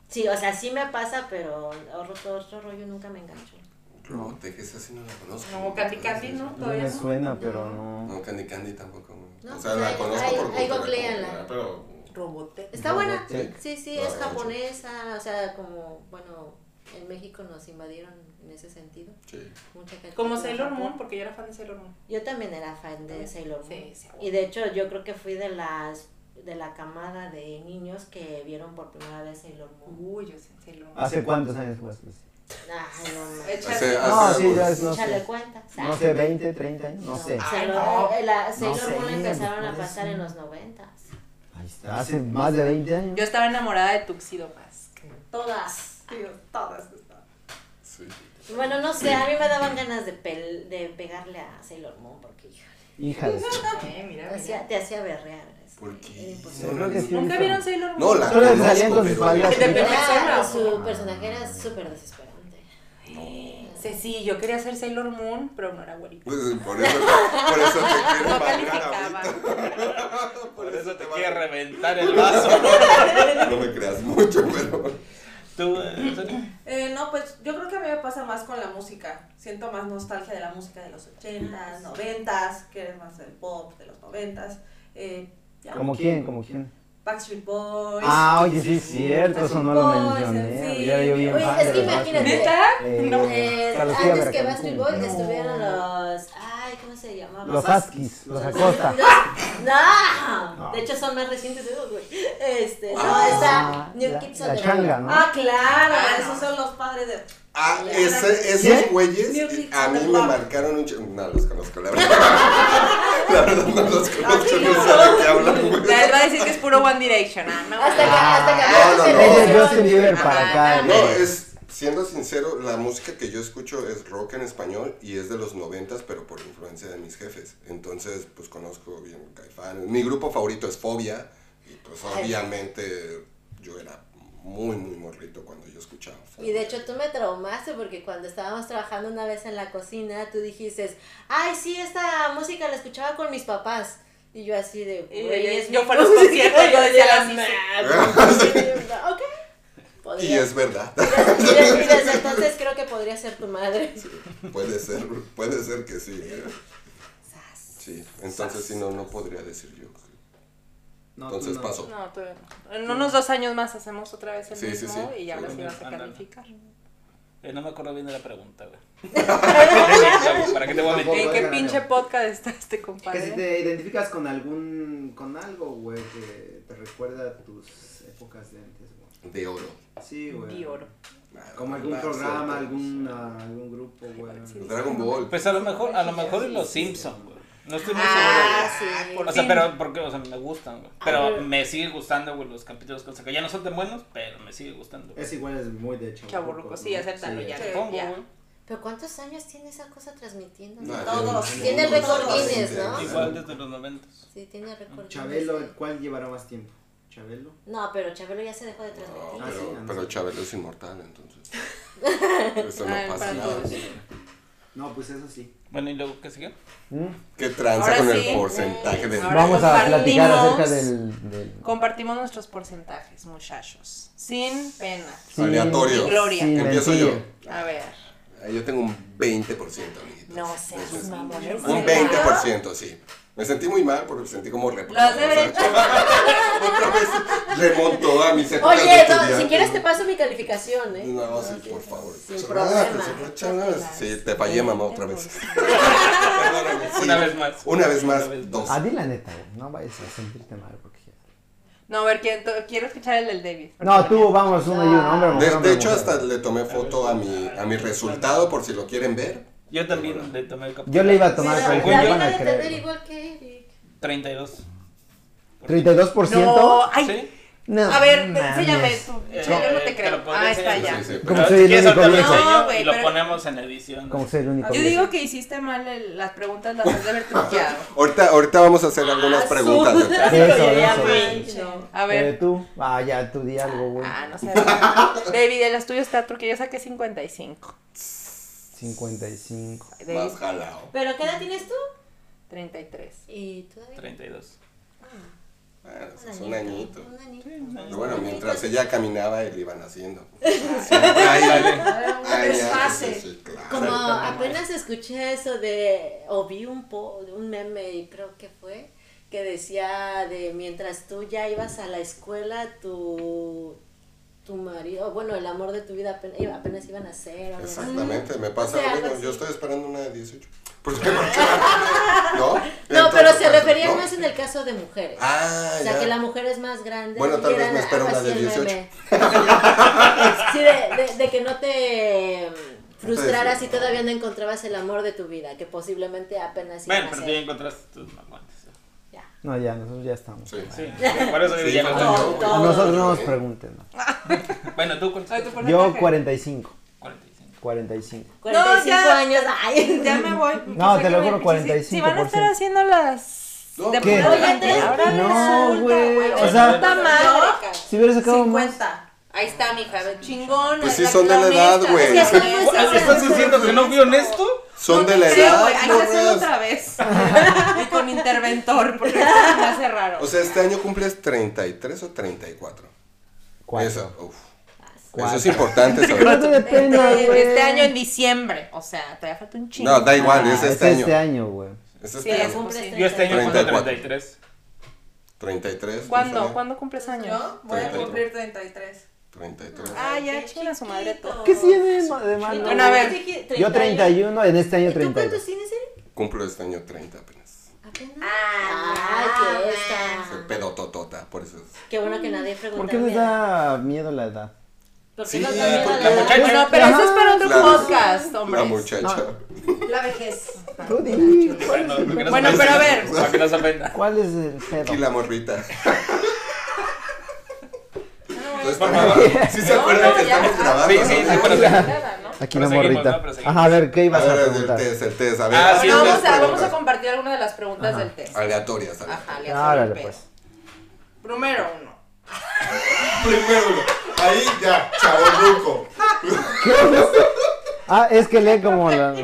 Sí, o sea, sí me pasa, pero otro, otro rollo nunca me engancho.
No, te que esa sí no la conozco.
No, Candy Candy, ¿no?
No
Todavía
me
no.
suena, pero no.
No, Candy Candy tampoco.
No,
o sea,
pues,
la
ahí-
conozco
ahí-
por
ahí
cultura
googléala.
popular, pero.
Robotech.
Está buena.
Robotech.
Sí, sí,
Ah,
es
bueno.
japonesa. O sea, como, bueno, en México nos invadieron en ese sentido.
Sí.
Mucha caricatura
Como Sailor
de
Moon,
Japón.
porque yo era fan de Sailor Moon.
Yo también era fan de Sailor Moon.
Sí, sí, bueno.
y de hecho, yo creo que fui de las de la camada de niños que vieron por primera vez Sailor
Uh.
Moon.
Uy, yo sé Sailor
Ah,
Moon.
¿Hace cuántos años fue eso?
Ay, no, no.
Echa-
Hace-
No,
hace-
sí, ya es, Pues no
Échale
sé.
cuenta.
No sé, 20, 30 años, no sé.
Sailor,
no.
eh, la Sailor
sé,
Moon la empezaron a
parece.
pasar en los noventas.
Ahí está, hace más de 20 años.
Yo estaba enamorada de Tuxedo Mask.
Todas.
Digo, todas estaban.
sí.
Bueno, no sé, a mí me daban ganas de, pel- de pegarle a Sailor Moon porque híjole,
Hija de su-
Eh, mira,
te
mira.
hacía, te hacía berrear. es-
¿Por
era
qué?
imposible.
Eh, pues, Yo creo que sí.
¿Nunca
sí.
vieron Sailor Moon?
No, la
Solo le salían
conozco,
con sus
pero.
faldas.
De
Era-
persona.
su personaje era súper desesperante.
Sí, sí, yo quería ser Sailor Moon, pero no era güerita.
Pues, por eso, por eso te quiero
No
bailar
calificaba.
ahorita.
Por eso te
va-
quiere reventar el vaso.
No me creas mucho, pero.
Tú, eh, Sonia.
Eh, no, pues yo creo que a mí me pasa más con la música. Siento más nostalgia de la música de los 80s, 90s, que eres más del pop de los 90s. Eh, ya.
¿Como quién? ¿Como quién?
Backstreet Boys.
Ah, oye, sí, es cierto, eso no lo
Boys,
mencioné.
sí.
Ya yo bien
Oye,
fan
es
de
que
los Backstreet
imagínate.
Boys.
¿Neta?
Eh,
Eh,
para los que iban
antes
a
que
Cancún.
Backstreet Boys
No.
estuvieron los. Ay, ¿cómo se llamaban?
Los Huskies, los Acosta.
No,
No.
de hecho son más recientes esos, güey. Este, no,
Ah,
esa New
la-
Kids on
la
the
changa,
Block.
¿no?
Ah, claro,
Ah, no.
esos son los padres de.
Ah,
Ya.
ese,
¿Sí?
esos güeyes
Music
a mí me
Box.
marcaron un chingo. No los conozco, la verdad. La verdad no los conozco, no sé de qué hablan, güey.
Ya él va a decir que es puro One Direction. Ah, no.
Hasta que,
Ah,
hasta que
no, no,
se
no.
Es de
lesionó.
Justin Bieber para
Ajá,
acá.
No,
güey.
es, siendo sincero, la música que yo escucho es rock en español y es de los noventas, pero por influencia de mis jefes. Entonces, pues conozco bien Caifanes. Mi grupo favorito es Fobia y pues
Ay.
obviamente yo era muy, muy morrito cuando yo escuchaba Fobia.
Y de hecho tú me traumaste porque cuando estábamos trabajando una vez en la cocina, tú dijiste, ay, sí, esta música la escuchaba con mis papás. Y yo así de,
Y
"Güey,
yo-
es
yo
mi
fui a los
música".
conciertos y yo decía, "Las
"Nah, pues, ok,
Y
podría".
es verdad,
Y desde- y desde entonces creo que podría ser tu madre.
puede ser, puede ser que sí. mira. Sí, entonces si no, no podría decir yo.
No, tú
Entonces
no.
paso.
No, todavía no. En unos dos años más hacemos otra vez el
Sí, sí,
mismo
sí.
y ya ahora sí vas a
Ándale.
calificar.
Eh, no me acuerdo bien de la pregunta, güey. ¿Para qué te voy a
Tampoco.
mentir?
¿En
no,
qué
no, no.
pinche podcast está
Que
este
si
compadre?
te identificas con algún, con algo, güey, que te recuerda a tus épocas de antes, güey.
De oro.
Sí, güey.
Di oro.
Como algún programa, algún, algún grupo, güey.
Dragon Ball.
Pues a lo mejor, a lo mejor y los Simpsons, güey. No estoy muy
Ah,
seguro.
sí.
güey. O sea, pero porque, o sea, me gustan, güey. Pero me sigue gustando, güey, los capítulos que sacan. Ya no son tan buenos, pero me sigue gustando. güey.
Es igual, es muy de
Chaburruco, sí, acéptalo ya.
Supongo,
ya.
güey.
Pero ¿cuántos años tiene esa cosa transmitiendo?
No,
Todos.
tiene-
Tiene
tiene
récord
muchos
Guinness, ¿no?
años.
Igual desde los noventas.
Sí, tiene récord.
Chabelo, ¿cuál llevará más tiempo? ¿Chabelo?
No, pero Chabelo ya se dejó de transmitir.
No,
Ah, sí,
pero,
no,
pero
sí.
Chabelo es inmortal, entonces. Eso no
Ay,
pasa
para
nada.
todos.
Ah, No, pues eso sí.
Bueno, ¿y luego qué sigue?
¿Qué tranza
Ahora
con
sí.
el porcentaje de
Ahora
Vamos a platicar
compartimos-
acerca del. del-
Compartimos nuestros porcentajes, muchachos. Sin pena.
sin-
Aleatorio.
Gloria.
sin
Empiezo yo.
rencilla.
A ver.
Ahí Yo tengo un 20%, amiguitos.
No seas
Entonces,
mamón.
Un 20%, sí. Me sentí muy mal porque me sentí como reprobado.
has de haber
¿sabes? Otra vez remontó a mis épocas de
Oye, no,
estudiante.
si quieres te paso mi calificación, ¿eh?
No, sí, por favor.
Sin
Chorradas,
problema.
chorradas. Sí, te fallé, mamá, otra vez. Perdóname, sí.
Una vez más.
Una vez más,
Una vez
dos.
Ah, di la neta, güey. No vayas a sentirte mal porque.
No, a ver, quiero, quiero escuchar el del David.
No, tú, vamos, uno y uno,
Ah.
hombre. mujer,
De,
hombre,
de hecho,
mujer.
hasta le tomé foto a mi, a mi resultado por si lo quieren ver.
Yo también le tomé el capítulo.
Yo le iba a tomar,
Pero
pero
Según
dije,
yo-
me
David
van
ha de
a
tener
creer.
igual que Eric.
32.
güey. ¿32%?
No, ay.
¿Sí?
No,
A ver,
mames.
enséñame tú.
Eh,
yo no te
te lo
creo.
puedo
Ah, está
enseñar.
ya.
Sí, sí, pero-
Como
Pero
soy
si
el
quieres,
único
ahorita lo
viejo.
enseño
No, güey,
y lo
pero-
ponemos en edición.
Como soy el único
Yo
viejo.
digo que hiciste mal el- las preguntas, las has de haber truqueado.
Ahorita, ahorita vamos a hacer
Ah,
algunas preguntas. de
Sí,
atrás.
eso,
Ya
eso.
mancho.
A
Eh,
ver.
tú, ah, ya, tú di algo, güey.
Ah, no sé. David, el estudio está porque yo saqué 55.
55.
Ay, David,
Más jalado.
¿Pero qué edad tienes tú?
33.
Y todavía
32.
Bueno, es un añito.
un añito.
Pero bueno, mientras ella caminaba, él iban haciendo. Ay, dale. Ay, ya, sí,
Desfase.
sí, claro.
Como apenas escuché eso de, o vi un, po, un meme, y creo que fue, que decía de mientras tú ya ibas a la escuela, tu, tu marido, bueno, el amor de tu vida apenas, iba- apenas iban a ser. algo así.
Exactamente, me pasa
O sea,
lo mismo.
algo así.
Yo estoy esperando una de 18. Pues qué ¿Por qué? ¿No?
No,
Entonces,
pero se
pues,
refería
¿no?
más en el caso de mujeres.
Ah,
o sea,
ya.
que la mujer es más grande.
Bueno,
y
tal vez
era
me espero una
así
de
el
18.
meme. sí, de, de- de que no te mm, frustraras y todavía no encontrabas el amor de tu vida, que posiblemente apenas iban
Bueno,
a
pero
ser.
tú ya encontraste tus mamones.
Ya.
No, ya, nosotros ya estamos.
Sí.
Sí, por eso
Sí,
ya
falta
no
yo,
No,
güey.
A
no,
nosotros no nos
¿eh?
pregunten. ¿no?
Bueno, tú cuántos?
Ay, tu
Yo 45.
porcentaje.
45.
45.
45
ya.
años. Ay.
Ya me voy.
No,
Pensé
te lo
que me-
juro,
si-
45%.
Si, van a estar haciendo las.
No,
de
¿qué?
pura
Oye,
gente,
tres
ahora
No,
resulta,
güey,
güey.
o
O
sea-
sea, puta madre.
Si hubiera sacado más.
50.
Ahí está, mija, de chingón.
Pues sí,
la
son de la edad,
clonista.
güey.
Es que así no se hace.
¿Estás diciendo que no fui honesto?
Son de la
pues, Sí,
edad. pues.
güey, hay que hacerlo
morras.
otra vez. y con interventor, porque se me hace raro.
O sea, este año cumples 33 o 34.
Cuatro.
Eso, uf. Eso
Cuatro.
es importante
Cuatro
saber.
de pena,
este,
güey.
este año en diciembre, o sea, te falta un chingo.
No, da igual,
Ah,
es
es
este año.
este año, güey.
Es
Sí,
este
es
año.
un- sí.
Yo este año cumplo
34.
33.
33.
¿Cuándo?
Dulce,
¿Cuándo cumples años?
Yo voy
Treinta
a
y tres.
cumplir 33.
33.
Ah, ya, chinga a su madre todo.
¿Qué tiene de malo?
Bueno, a ver.
Yo 31, en este año
¿Y tú
30.
cuántos tienes, Eric?
Cumplo este año 30 apenas.
Apenas.
Ah,
Ay, qué
Soy
esta.
pedototota, por eso. es-
Qué bueno que nadie preguntó.
¿Por qué les da miedo la edad?
¿Por qué
Sí,
nos da miedo
porque
la
la
edad?
muchacha-
No, pero eso es para otro
Claro.
podcast, hombre.
La muchacha.
La vejez.
Tú di.
Bueno, porque no se
Bueno,
ofenda.
pero a ver.
Para que no se ofenda.
¿Cuál es el pedo?
Y la morrita. Entonces,
Por favor.
¿Sí se acuerdan que estamos grabando?
Sí, sí, sí,
¿no?
pero sí.
Aquí la
Proseguimos,
morrita.
¿no? Proseguimos.
Ajá, a ver, ¿qué ibas
A
a
ver, el
preguntar?
test, el test. A ver,
Ah, sí,
No, vamos
ustedes
a, vamos a
preguntan.
compartir alguna de las preguntas del test.
Aleatorias, a ver.
Ajá, le
Árale,
hago el
pues.
pedo. Primero uno.
Primero, ahí ya, chavo ruco.
Ah, es que lee como la...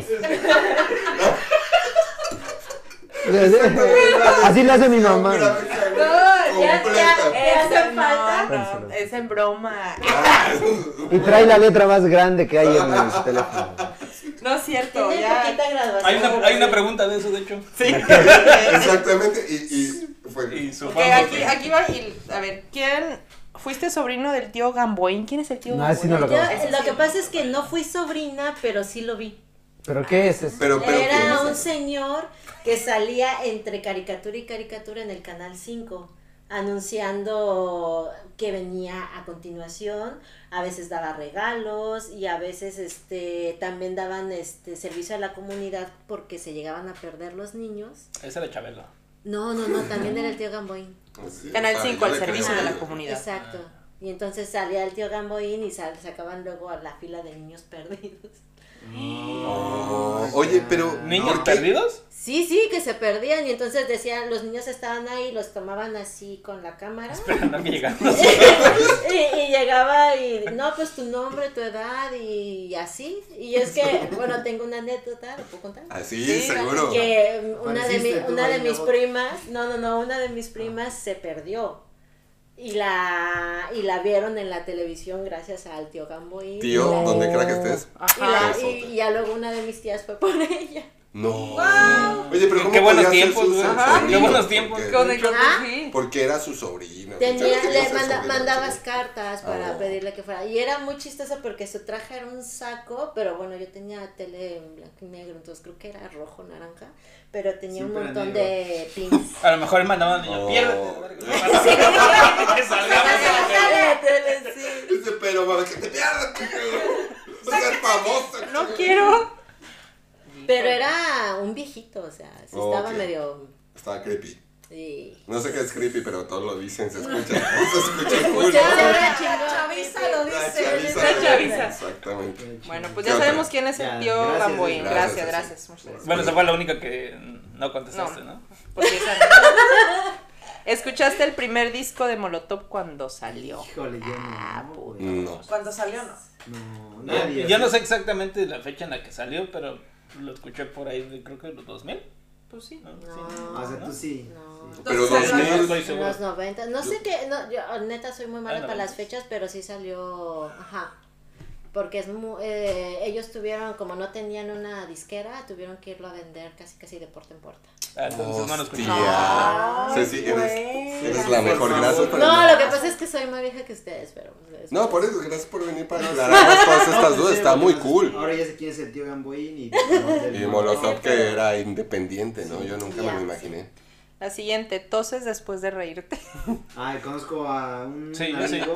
Así le hace mi mamá.
ya,
Completa. Ah,
Esa
falta.
Ah, no, no, es en broma.
Y trae la letra más grande que hay en el teléfono.
No es cierto,
Tiene
ya.
poquita graduación.
Hay una, hay una pregunta de eso, de hecho.
Sí.
Exactamente, y, y fue.
Y su
Ok,
fama
aquí,
fue-
aquí va. y- a ver, ¿quién? ¿Fuiste sobrino del tío Gamboín? ¿Quién es el tío
No,
Gamboín?
ese no lo
Yo,
conozco.
eh, lo que pasa es que no fui sobrina, pero sí lo vi.
¿Pero qué es eso?
Pero, pero, ¿quién
Era
es
un
ese?
señor que salía entre caricatura y caricatura en el Canal 5, anunciando que venía a continuación, a veces daba regalos y a veces este también daban este servicio a la comunidad porque se llegaban a perder los niños.
Esa era Chabela.
No, no, no, también era el tío Gamboín.
Sí,
Canal
ah,
5,
yo
al
le
servicio
creo.
de la comunidad.
Exacto. Y entonces salía el tío Gamboín y sal- sacaban luego a la fila de niños perdidos.
Oh, oye, pero.
¿Niños
¿por qué?
perdidos?
Sí, sí, que se perdían y entonces decían, los niños estaban ahí y los tomaban así con la cámara.
Esperando que llegaran.
y, y llegaba y, no, pues tu nombre, tu edad y, así. Y es que, bueno, tengo una anécdota, ¿lo puedo contar?
Así,
Sí,
Ah, seguro.
Que mm, una de, mi-
Apareciste tú
una
ahí
de
en la
mis
boca.
primas, no, no, no, una de mis primas se perdió. Y la, y la vieron en la televisión gracias al tío Gamboín.
Tío,
Y la-
donde crea que estés.
y, la-
Ajá.
y- y ya luego una de mis tías fue por ella.
No. Oye, pero
Qué
¿cómo
buenos
podía ser
tiempos,
su
güey.
sobrino?
Ajá, qué buenos tiempos.
Porque-
Con el que
Ah.
sí.
Porque era su sobrino.
Tenía,
Yo no
le
sé
manda-
sobrino,
mandabas
chico.
cartas para
Oh.
pedirle que fuera. Y era muy chistosa porque su traje era un saco, pero bueno, yo tenía tele en blanco y negro, entonces creo que era rojo, naranja, pero tenía un
Siempre era
montón
negro.
de pins.
A lo mejor mandaban al
Oh.
niño, piérdete. Que salgamos a la calle.
Dice, pero para que te pierdas, chico. Vas a ser famosa.
No quiero.
Pero era un viejito, o sea, sí
Oh,
estaba
ok.
medio...
Estaba creepy.
sí.
No sé qué es creepy, pero todos lo dicen, se escucha. Se escucha cool.
escucha.
¿no?
la
La chaviza lo
La
dice.
chaviza.
La chaviza.
Exactamente.
Bueno, pues
¿Qué
ya
otra?
sabemos quién es el
Ya,
tío
gracias,
Gamboín. Gracias,
gracias,
gracias.
sí.
muchas gracias.
Bueno, esa fue la única que no contestaste,
No.
¿no?
Porque esa no. ¿Escuchaste el primer disco de Molotov cuando salió?
Híjole, yo no. güey.
No.
Cuando salió, no.
No,
No,
nadie.
yo no sé exactamente la fecha en la que salió, pero lo escuché por ahí, de, creo que en los 2000.
Pues sí.
¿no?
O sea, tú sí.
No.
sí.
Pero
Entonces,
No
salió-
2000.
estoy
En
seguro.
los 90, no sé qué, no, yo oh, neta soy muy mala
Ah, no.
para las fechas, pero sí salió, ajá, porque es mu- eh, ellos tuvieron, como no tenían una disquera, tuvieron que irlo a vender casi casi de puerta en puerta.
Ah, entonces no lo escuché. Ah,
Hostia. Ceci, eres, eres la mejor. Gracias por
No, lo que pasa es que soy más vieja que ustedes, pero... pues, es-
No, por eso, gracias por venir para aclararnos todas
No,
estas
pues
dudas.
sí,
Está muy
porque
cool.
Ahora ya sé quién es el tío Gamboín y.
Y Molotov que era independiente, ¿no? Yo nunca me
Ya,
lo
sí.
imaginé.
La siguiente, toses después de reírte.
Ay, conozco a un
Sí, yo sí.
amigo.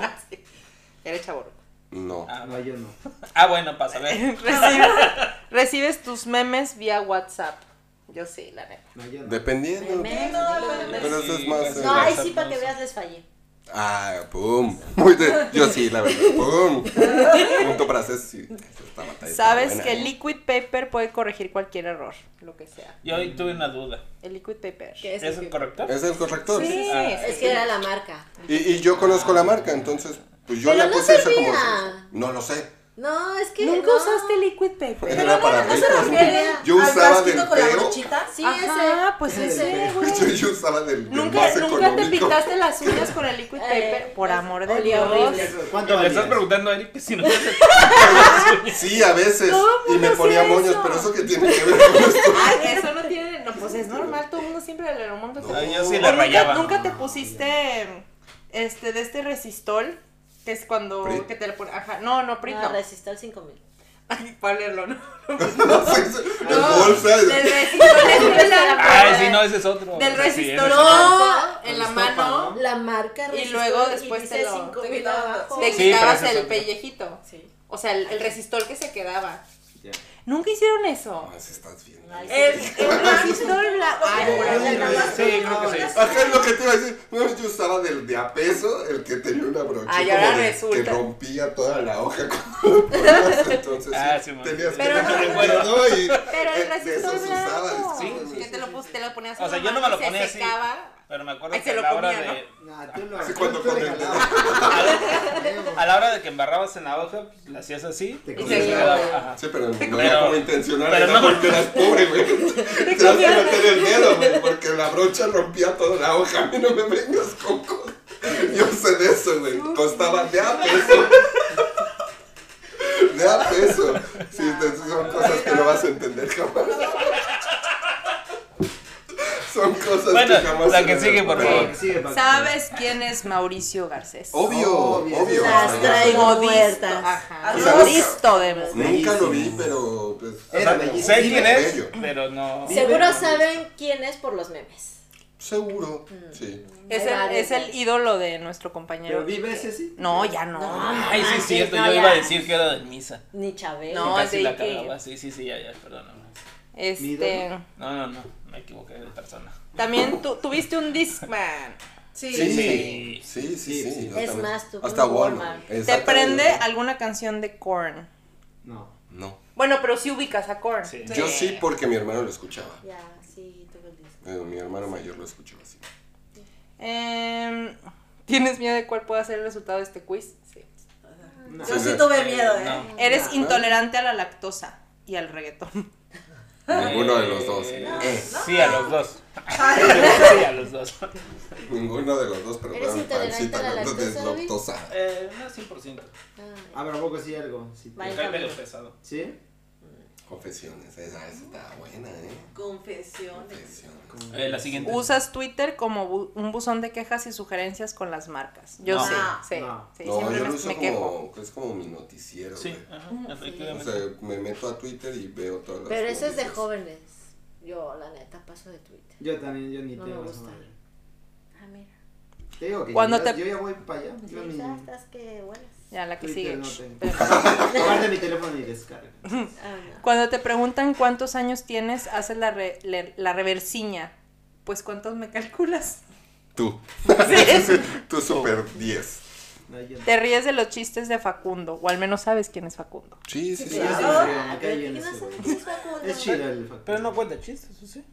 Eres chaborruco.
No.
Ah,
No, yo no.
ah, bueno, pasa, a ver.
recibes, recibes tus memes vía WhatsApp. Yo sí, la neta.
No, yo no.
Dependiendo.
Memes,
Pero eso es
Sí,
más.
pues,
eh,
No, ahí
WhatsApp,
sí, para que
no sé.
veas, les fallé.
Ah, pum. Muy de- yo sí, la verdad. Pum. Punto para Ceci. Esta batalla está
Sabes
buena,
que
¿eh?
Liquid Paper puede corregir cualquier error, lo que sea.
Yo hoy tuve una duda.
El Liquid Paper.
¿Qué es?
¿Es el corrector?
Es el corrector.
Sí,
Ah,
Es que era la marca.
Y, y yo conozco la marca, entonces, pues yo
Pero
la
no
puse esa como.
servía.
No lo sé.
No, es que...
Nunca
no.
usaste Liquid Paper.
Era para
¿No se
ricos.
refiere
Yo
al
usaba
frasquito
del
con la
pelo.
brochita?
Sí,
Ajá,
ese. Ah,
pues
ese.
ese, güey.
Yo, yo usaba del, del
Nunca,
más
nunca te
económico.
pintaste las uñas con el Liquid Paper,
Eh,
por amor de
olía
Dios.
horrible.
Ah,
¿Cuánto
Le estás
valías?
preguntando a Eric que si no es el-
Sí, a veces.
Todo el
Y me
mundo
ponía
hacía
moños,
pues, eso.
pero eso que tiene que ver con esto.
Ay, que eso no tiene, no, pues es normal, todo el mundo siempre le lo monta.
Ah, yo sí
¿O nunca-
la rayaba.
Nunca te pusiste este de este resistol, que es cuando
¿Print?
que te le pones, ajá, no, no, print
No,
no.
resistó el 5000.
Ay, para leerlo, no.
No sé, es-
No,
en bolsa.
Del resistol es en la
Ay, sí, no,
mano.
Ah, ese es otro.
Del
Sí, ese es
resistol
otro.
no, en la
Con estopa,
mano.
La marca
Y
resistó
luego después te
dice
lo-
5000 abajo.
Te
Sí, pero
quitabas
ese es
el
otro.
pellejito.
Sí.
O sea, el, el resistol que se quedaba.
Ya.
Nunca hicieron eso.
Ah, sí estás bien.
Ay, sí.
El, el resistol blanco. Ay, por ahí.
Sí, creo que sí.
Acá es lo que te iba a decir. No, yo usaba del de a peso, el que tenía una brochita
Ay, ahora
que
resulta.
rompía toda la hoja cuando lo ponías. Entonces,
Ah,
sí,
sí, man.
tenías que
Pero no,
dejar el
bueno.
dedo y
Pero
eh,
el
de
resistol
esos
blanco.
usabas.
Sí,
que te lo, pus- te lo ponías en
O sea,
la
yo no me
mano
lo
y se
ponía así.
secaba.
Pero me acuerdo
Ay,
que
se
a
lo
la hora
comía,
de.
Nah, tú lo
Así
tú
cuando
te
con el
regalabas.
A la hora de que embarrabas en la hoja, pues, la hacías así.
Te
y
comía.
se quedaba. Ajá.
Ah, Sí, pero no
Pero-
era como intencional,
pero
era
no.
porque eras pobre, güey. Te vas a meter el dedo, güey, porque la brocha rompía toda la hoja. A mí no me vengas con cosas. Yo sé de eso, güey. Costaba de a peso. De a peso. Sí, entonces son cosas que no vas a entender jamás. Son cosas
Bueno,
que jamás.
la
se
que
van a
sigue, por
recuperar.
favor.
Sigue, Paco.
¿Sabes quién es Mauricio Garcés?
Obvio, obvio.
Obvio.
Las
Hasta allá.
traigo
Modisto,
muertas.
Ajá.
O sea, nunca-
Listo de mo-
Nunca lo vi, pero pues.
Era
O sea,
bellísimo.
sé quién es,
Bello.
pero no.
Seguro saben quién es por los memes.
Seguro.
Mm.
Sí.
Es
Hay
el,
varios,
es el
güey.
ídolo de nuestro
¿Pero
compañero.
vive ese sí?
No, ya no.
Ay,
Ah,
sí, es cierto.
no,
Yo
ya.
iba a decir que era de misa.
Ni Chabel.
No,
Casi
de
la
que-
cagaba. Sí, sí, sí, ya, ya, perdóname.
Este,
ídolo.
No, no, no. Me equivoqué de persona.
también tu- tuviste un Discman.
Sí,
Sí.
sí, sí, sí. sí, yo
Es
también.
más, tú
Hasta
con
Walmart.
Walmart.
Te
Exactamente.
prende alguna canción de Korn.
No.
No.
Bueno, pero si ubicas a Korn.
Sí.
Yo sí porque mi hermano lo escuchaba.
Ya, sí, tuve el disco.
Eh, Mi hermano mayor lo escuchaba así.
Em, ¿Tienes miedo de cuál pueda ser el resultado de este quiz? Sí.
Yo sí tuve miedo, ¿eh?
No.
Eres intolerante a la lactosa y al reggaetón.
Ah.
Ninguno de los dos.
Eh,
Eh,
Sí, a los dos.
Ah.
Ay,
Sí, a los dos.
Ninguno de los dos, pero
¿Eres
bueno,
intolerante
pancita,
a la
hablando de
lactosa, David?
lactosa.
Eh, no, 100%.
Ah,
A ver, ¿a poco sí algo? Sí.
Vale.
Está medio pesado.
¿Sí?
Confesiones, esa, esa está buena, ¿eh?
Confesiones.
Confesiones.
Eh, la siguiente.
Usas Twitter como bu- un buzón de quejas y sugerencias con las marcas. Yo
No.
sé,
Ah.
No.
sí,
No.
sí,
No,
siempre
yo
me,
lo uso
me quejo.
como, es como mi noticiero,
Sí,
güey.
ajá,
Mm.
O
efectivamente.
sea, me meto a Twitter y veo todas las
Pero eso es de
noticias.
jóvenes. Yo, la neta, paso de Twitter.
Yo también, yo ni
No me
tengo esa
gusta.
madre.
Ah, mira.
Te digo que
Cuando
yo,
te-
yo ya voy para allá. Yo
Sí,
ni...
ya estás que buenas.
Ya, la que sigue.
Twitter no
Shh,
tengo.
espérame.
Guarda mi teléfono y descarga.
Ah, no.
Cuando te preguntan cuántos años tienes, haces la, re- le- la reversiña. Pues, ¿cuántos me calculas?
Tú.
Sí.
Tú super 10.
No, yo no.
Te ríes de los chistes de Facundo, o al menos sabes quién es Facundo.
Sí, sí,
Sí,
sí.
yo sí me
Ah,
creo, me cae
pero
bien
¿quién
ese
hace
güey.
chistes, Facundo?
Es chido el factor.
Pero no cuenta chistes, eso sí.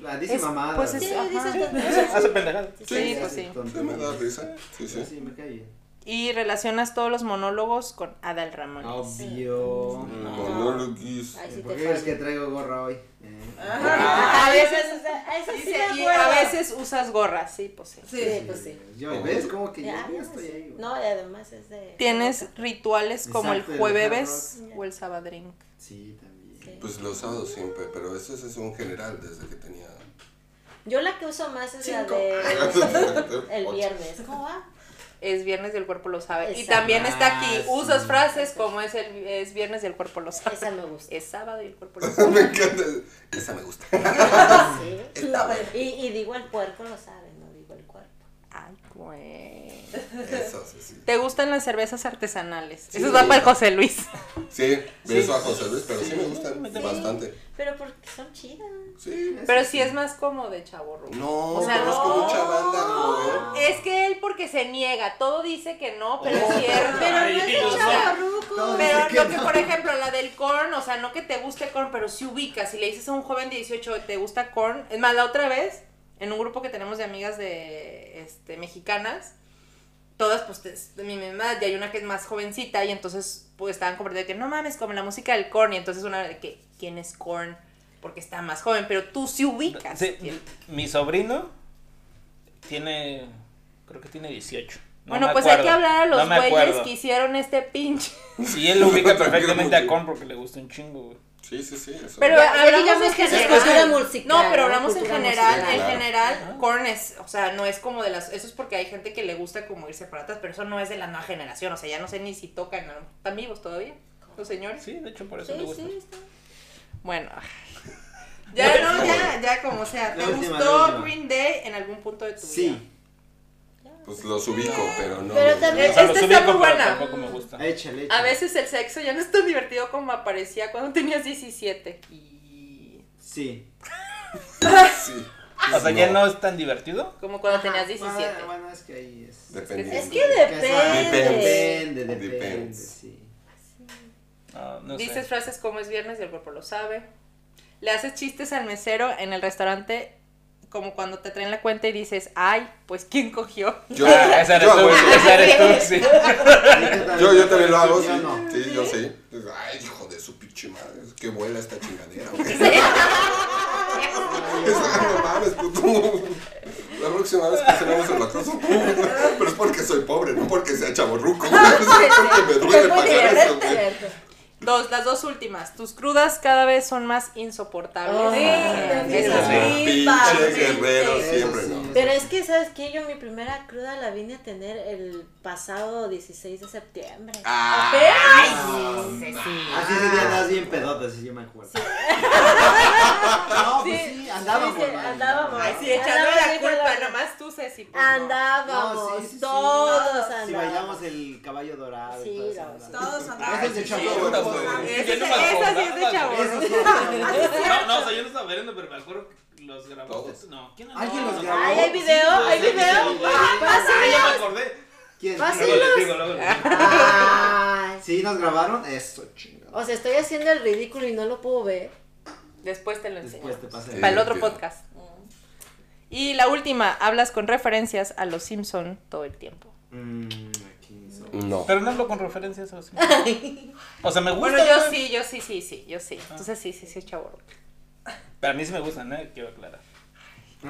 La dice
Es-
mamada.
pues
güey.
es-
Sí,
Ajá.
dice tonterías.
Hace pendejadas.
Sí, pues sí.
Sí, me da risa. Sí, sí.
Sí, me cae bien.
Y relacionas todos los monólogos con Adal Ramón.
Obvio. Ah,
Monólogos.
Ay, sí
¿Por
te
qué crees que
fallo.
traigo gorra hoy? Eh.
Ah. A veces,
A eso sí
dice,
me
y
acuerdo.
a veces usas gorras, sí, pues sí.
Sí.
Sí, pues sí.
Yo, ¿ves? Como que yo
Ya,
ya
ya
estoy
sí.
ahí, güey.
No, y además es de.
¿Tienes rituales como
Exacto,
el
el
jueves
hard rock.
o el sabadrín?
Sí, también.
Sí.
Pues los sábados siempre, pero eso es un general desde que tenía.
Yo la que uso más es la
Cinco.
de. El
Ocho.
viernes. ¿Cómo va?
Es viernes y el cuerpo lo sabe. Y
Exacto.
también está aquí,
Ah, sí.
usas frases como es el es viernes y el cuerpo lo sabe.
Esa me gusta.
Es sábado y el cuerpo lo sabe.
me encanta. Esa me gusta.
Sí.
Está bueno.
Y, y digo el puerco, lo saben, no digo el cuerpo.
Ay, güey.
Eso, sí, sí.
¿Te gustan las cervezas artesanales?
Sí.
Eso va para el José Luis.
Sí, beso a José Luis, pero sí me gustan
Sí.
bastante.
Pero porque son chidas.
Sí.
Pero sí es más como de chavo ruco.
No,
O sea,
conozco
no.
mucha banda, güey.
Es que él porque se niega, todo dice que no, pero es cierto.
Oh, Pero no
Ay,
es
Dios,
un
no.
chavarruco.
No,
Pero
dice que
lo que,
no.
por ejemplo, la del corn, o sea, no que te guste corn, pero si ubicas, si le dices a un joven de 18, ¿te gusta corn? Es más, la otra vez, en un grupo que tenemos de amigas de este, mexicanas, todas pues te- de mi misma edad, y hay una que es más jovencita, y entonces pues estaban conversando de que no mames, como la música del corn, y entonces una de que, ¿quién es corn? Porque está más joven, pero tú sí ubicas.
Sí,
¿quién?
mi sobrino tiene, creo que tiene 18. No
bueno,
me
pues hay
acuerdo,
que hablar a los
no me
güeyes
acuerdo.
que hicieron este pinche.
Y él lo ubica perfectamente a
Tranquilo,
Con porque le gusta un chingo, güey.
Sí, sí, sí. Eso.
Pero
Ya, ya
hablamos
digamos
en
que eso es
general.
cultura musical,
no, pero
¿no?
hablamos en
Cultura
general,
musical.
en
Claro.
general, Korn es, o sea, no es como de las, eso es porque hay gente que le gusta como irse para atrás, pero eso no es de la nueva generación, o sea, ya no sé ni si tocan, ¿no? están vivos todavía, los señores.
Sí, de hecho por eso le
Sí,
gusta.
sí, está.
Bueno, ya no, ya, ya como sea, ¿te
La última, la
gustó
última.
Green Day en algún punto de tu vida?
Sí,
Pues los ubico, pero no.
Pero
me-
también-
O
Esta
sea, lo
está
ubico,
muy
pero
buena.
Tampoco me gusta.
échale, échale.
A veces el sexo ya no es tan divertido como aparecía cuando tenías 17. Y
Sí.
Sí.
O sea, ya no es tan divertido.
como cuando
Ajá.
tenías 17.
Bueno, bueno, es que ahí es.
Dependiendo.
Es que depende.
Depende, depende,
Depende.
sí.
No, no sé.
Dices frases como es viernes y el cuerpo lo sabe. Le haces chistes al mesero en el restaurante, como cuando te traen la cuenta y dices, ay, pues ¿quién cogió?
Yo,
Ah, ese eres
yo,
tú,
hago eso.
ese eres tú, sí.
Yo, yo también lo hago, sí.
Yo no.
Sí, yo sí. Ay, hijo de su pinche madre, es que vuela esta chingadera, güey. Es, "Ah, no mames, puto. La próxima vez que cenemos en la casa, pero es porque soy pobre, no porque sea chaborruco. Es que me duele pagar eso, güey.
Pues
Dos, las dos últimas. Tus crudas cada vez son más insoportables.
Oh,
Sí,
sí,
eso
sí.
sí.
Pinche guerrero,
Eso
siempre
sí.
no.
Pero es que, ¿sabes qué? Yo mi primera cruda la vine a tener el pasado 16 de septiembre.
Ah,
Ah,
Así ese
Ah.
día andas bien pedote, si yo me acuerdo. no, pues sí, andábamos.
Sí, sí,
¿no?
andábamos.
Ay, sí, echándole
Andábamos
la
bien con
culpa,
la-
nomás tú, Ceci. pues, no.
Andábamos,
No, sí, Ah, sí, sí.
todos andábamos.
Si bailamos el caballo dorado. y
Sí,
todo eso,
no,
¿verdad?
Todos
Ah,
andaban.
Ese es de
Sí,
Chapo,
puta, güey.
güey.
Esa
Yo
sí-
no me
esa sí es de
acordaba,
chavo.
Esos no.
No, no, o sea, yo no estaba viendo, pero me acuerdo que los grabó.
Todos.
No, ¿quién
¿Alguien
no,
los
no,
grabó?
no.
Ay, ¿hay
video?
Sí, güey,
¿Hay
sí,
video?
güey.
Ah,
Ah, ya me acordé.
¿Quién?
Luego
Fácil.
les digo, luego les digo.
Ay,
Sí, nos grabaron. Eso, chingado.
O sea, estoy haciendo el ridículo y no lo puedo ver.
Después te lo enseño.
Después te pasa
Sí.
Para el otro
entiendo.
podcast. Y la última, hablas con referencias a los Simpson todo el tiempo.
Mm, aquí hizo.
No.
Pero no hablo con referencias a eso. O sea, me gusta.
Bueno, yo sí, yo sí, sí, sí, yo sí. Entonces sí, sí, sí, chavo.
Pero a mí sí me gustan, ¿eh? Quiero aclarar.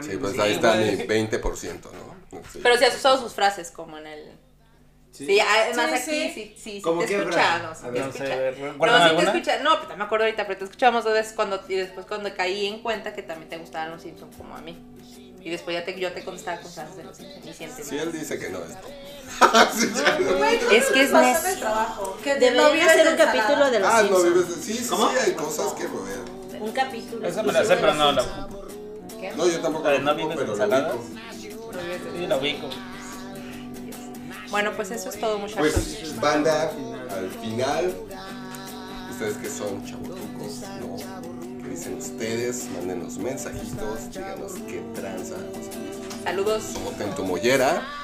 Sí, pues ahí está mi
güey.
20%, ¿no? Sí.
Pero si has usado sus frases como en el... Sí, además aquí
Sí, sí.
sí, sí, sí,
¿Cómo
te
qué
escucha,
frase?
no, sí
A
te
ver,
No
escucha.
sé, ver,
No,
¿guardan
sí te
alguna?
escucha, no, pero te me acuerdo ahorita, pero te escuchamos dos veces cuando, y después cuando caí en cuenta que también te gustaban los Simpson como a mí. Y después ya te, yo te contestaba con frases de los Simpson y siempre.
Si él dice que no es. Sí, ya no.
Es que es
Pásame el
necio.
trabajo. Que
Debería
vives
hacer
en
un
ensalada.
capítulo de los
Ah, no
Simpsons.
vives. de- Sí, sí,
¿Cómo?
sí, hay cosas que rodean.
Un capítulo.
Esa me la sé,
exclusivo
pero
de
no
los
la.
Simpsons.
No, yo tampoco
Pero no
lo
vives
pero
en
lo
saladas.
ubico.
Sí, la ubico.
Bueno, pues eso es todo, muchachos.
Pues banda, al final, ustedes que son chaburrucos, no, ¿qué dicen ustedes? Mándenos mensajitos, díganos qué tranza, José Luis.
Saludos.
voten tu mollera,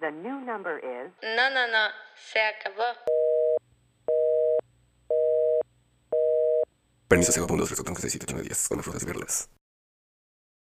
The new number is
No, no, no, se acabó.
Permiso, segundo, resultan que 6, 7, 8, 10, con frutas y verduras.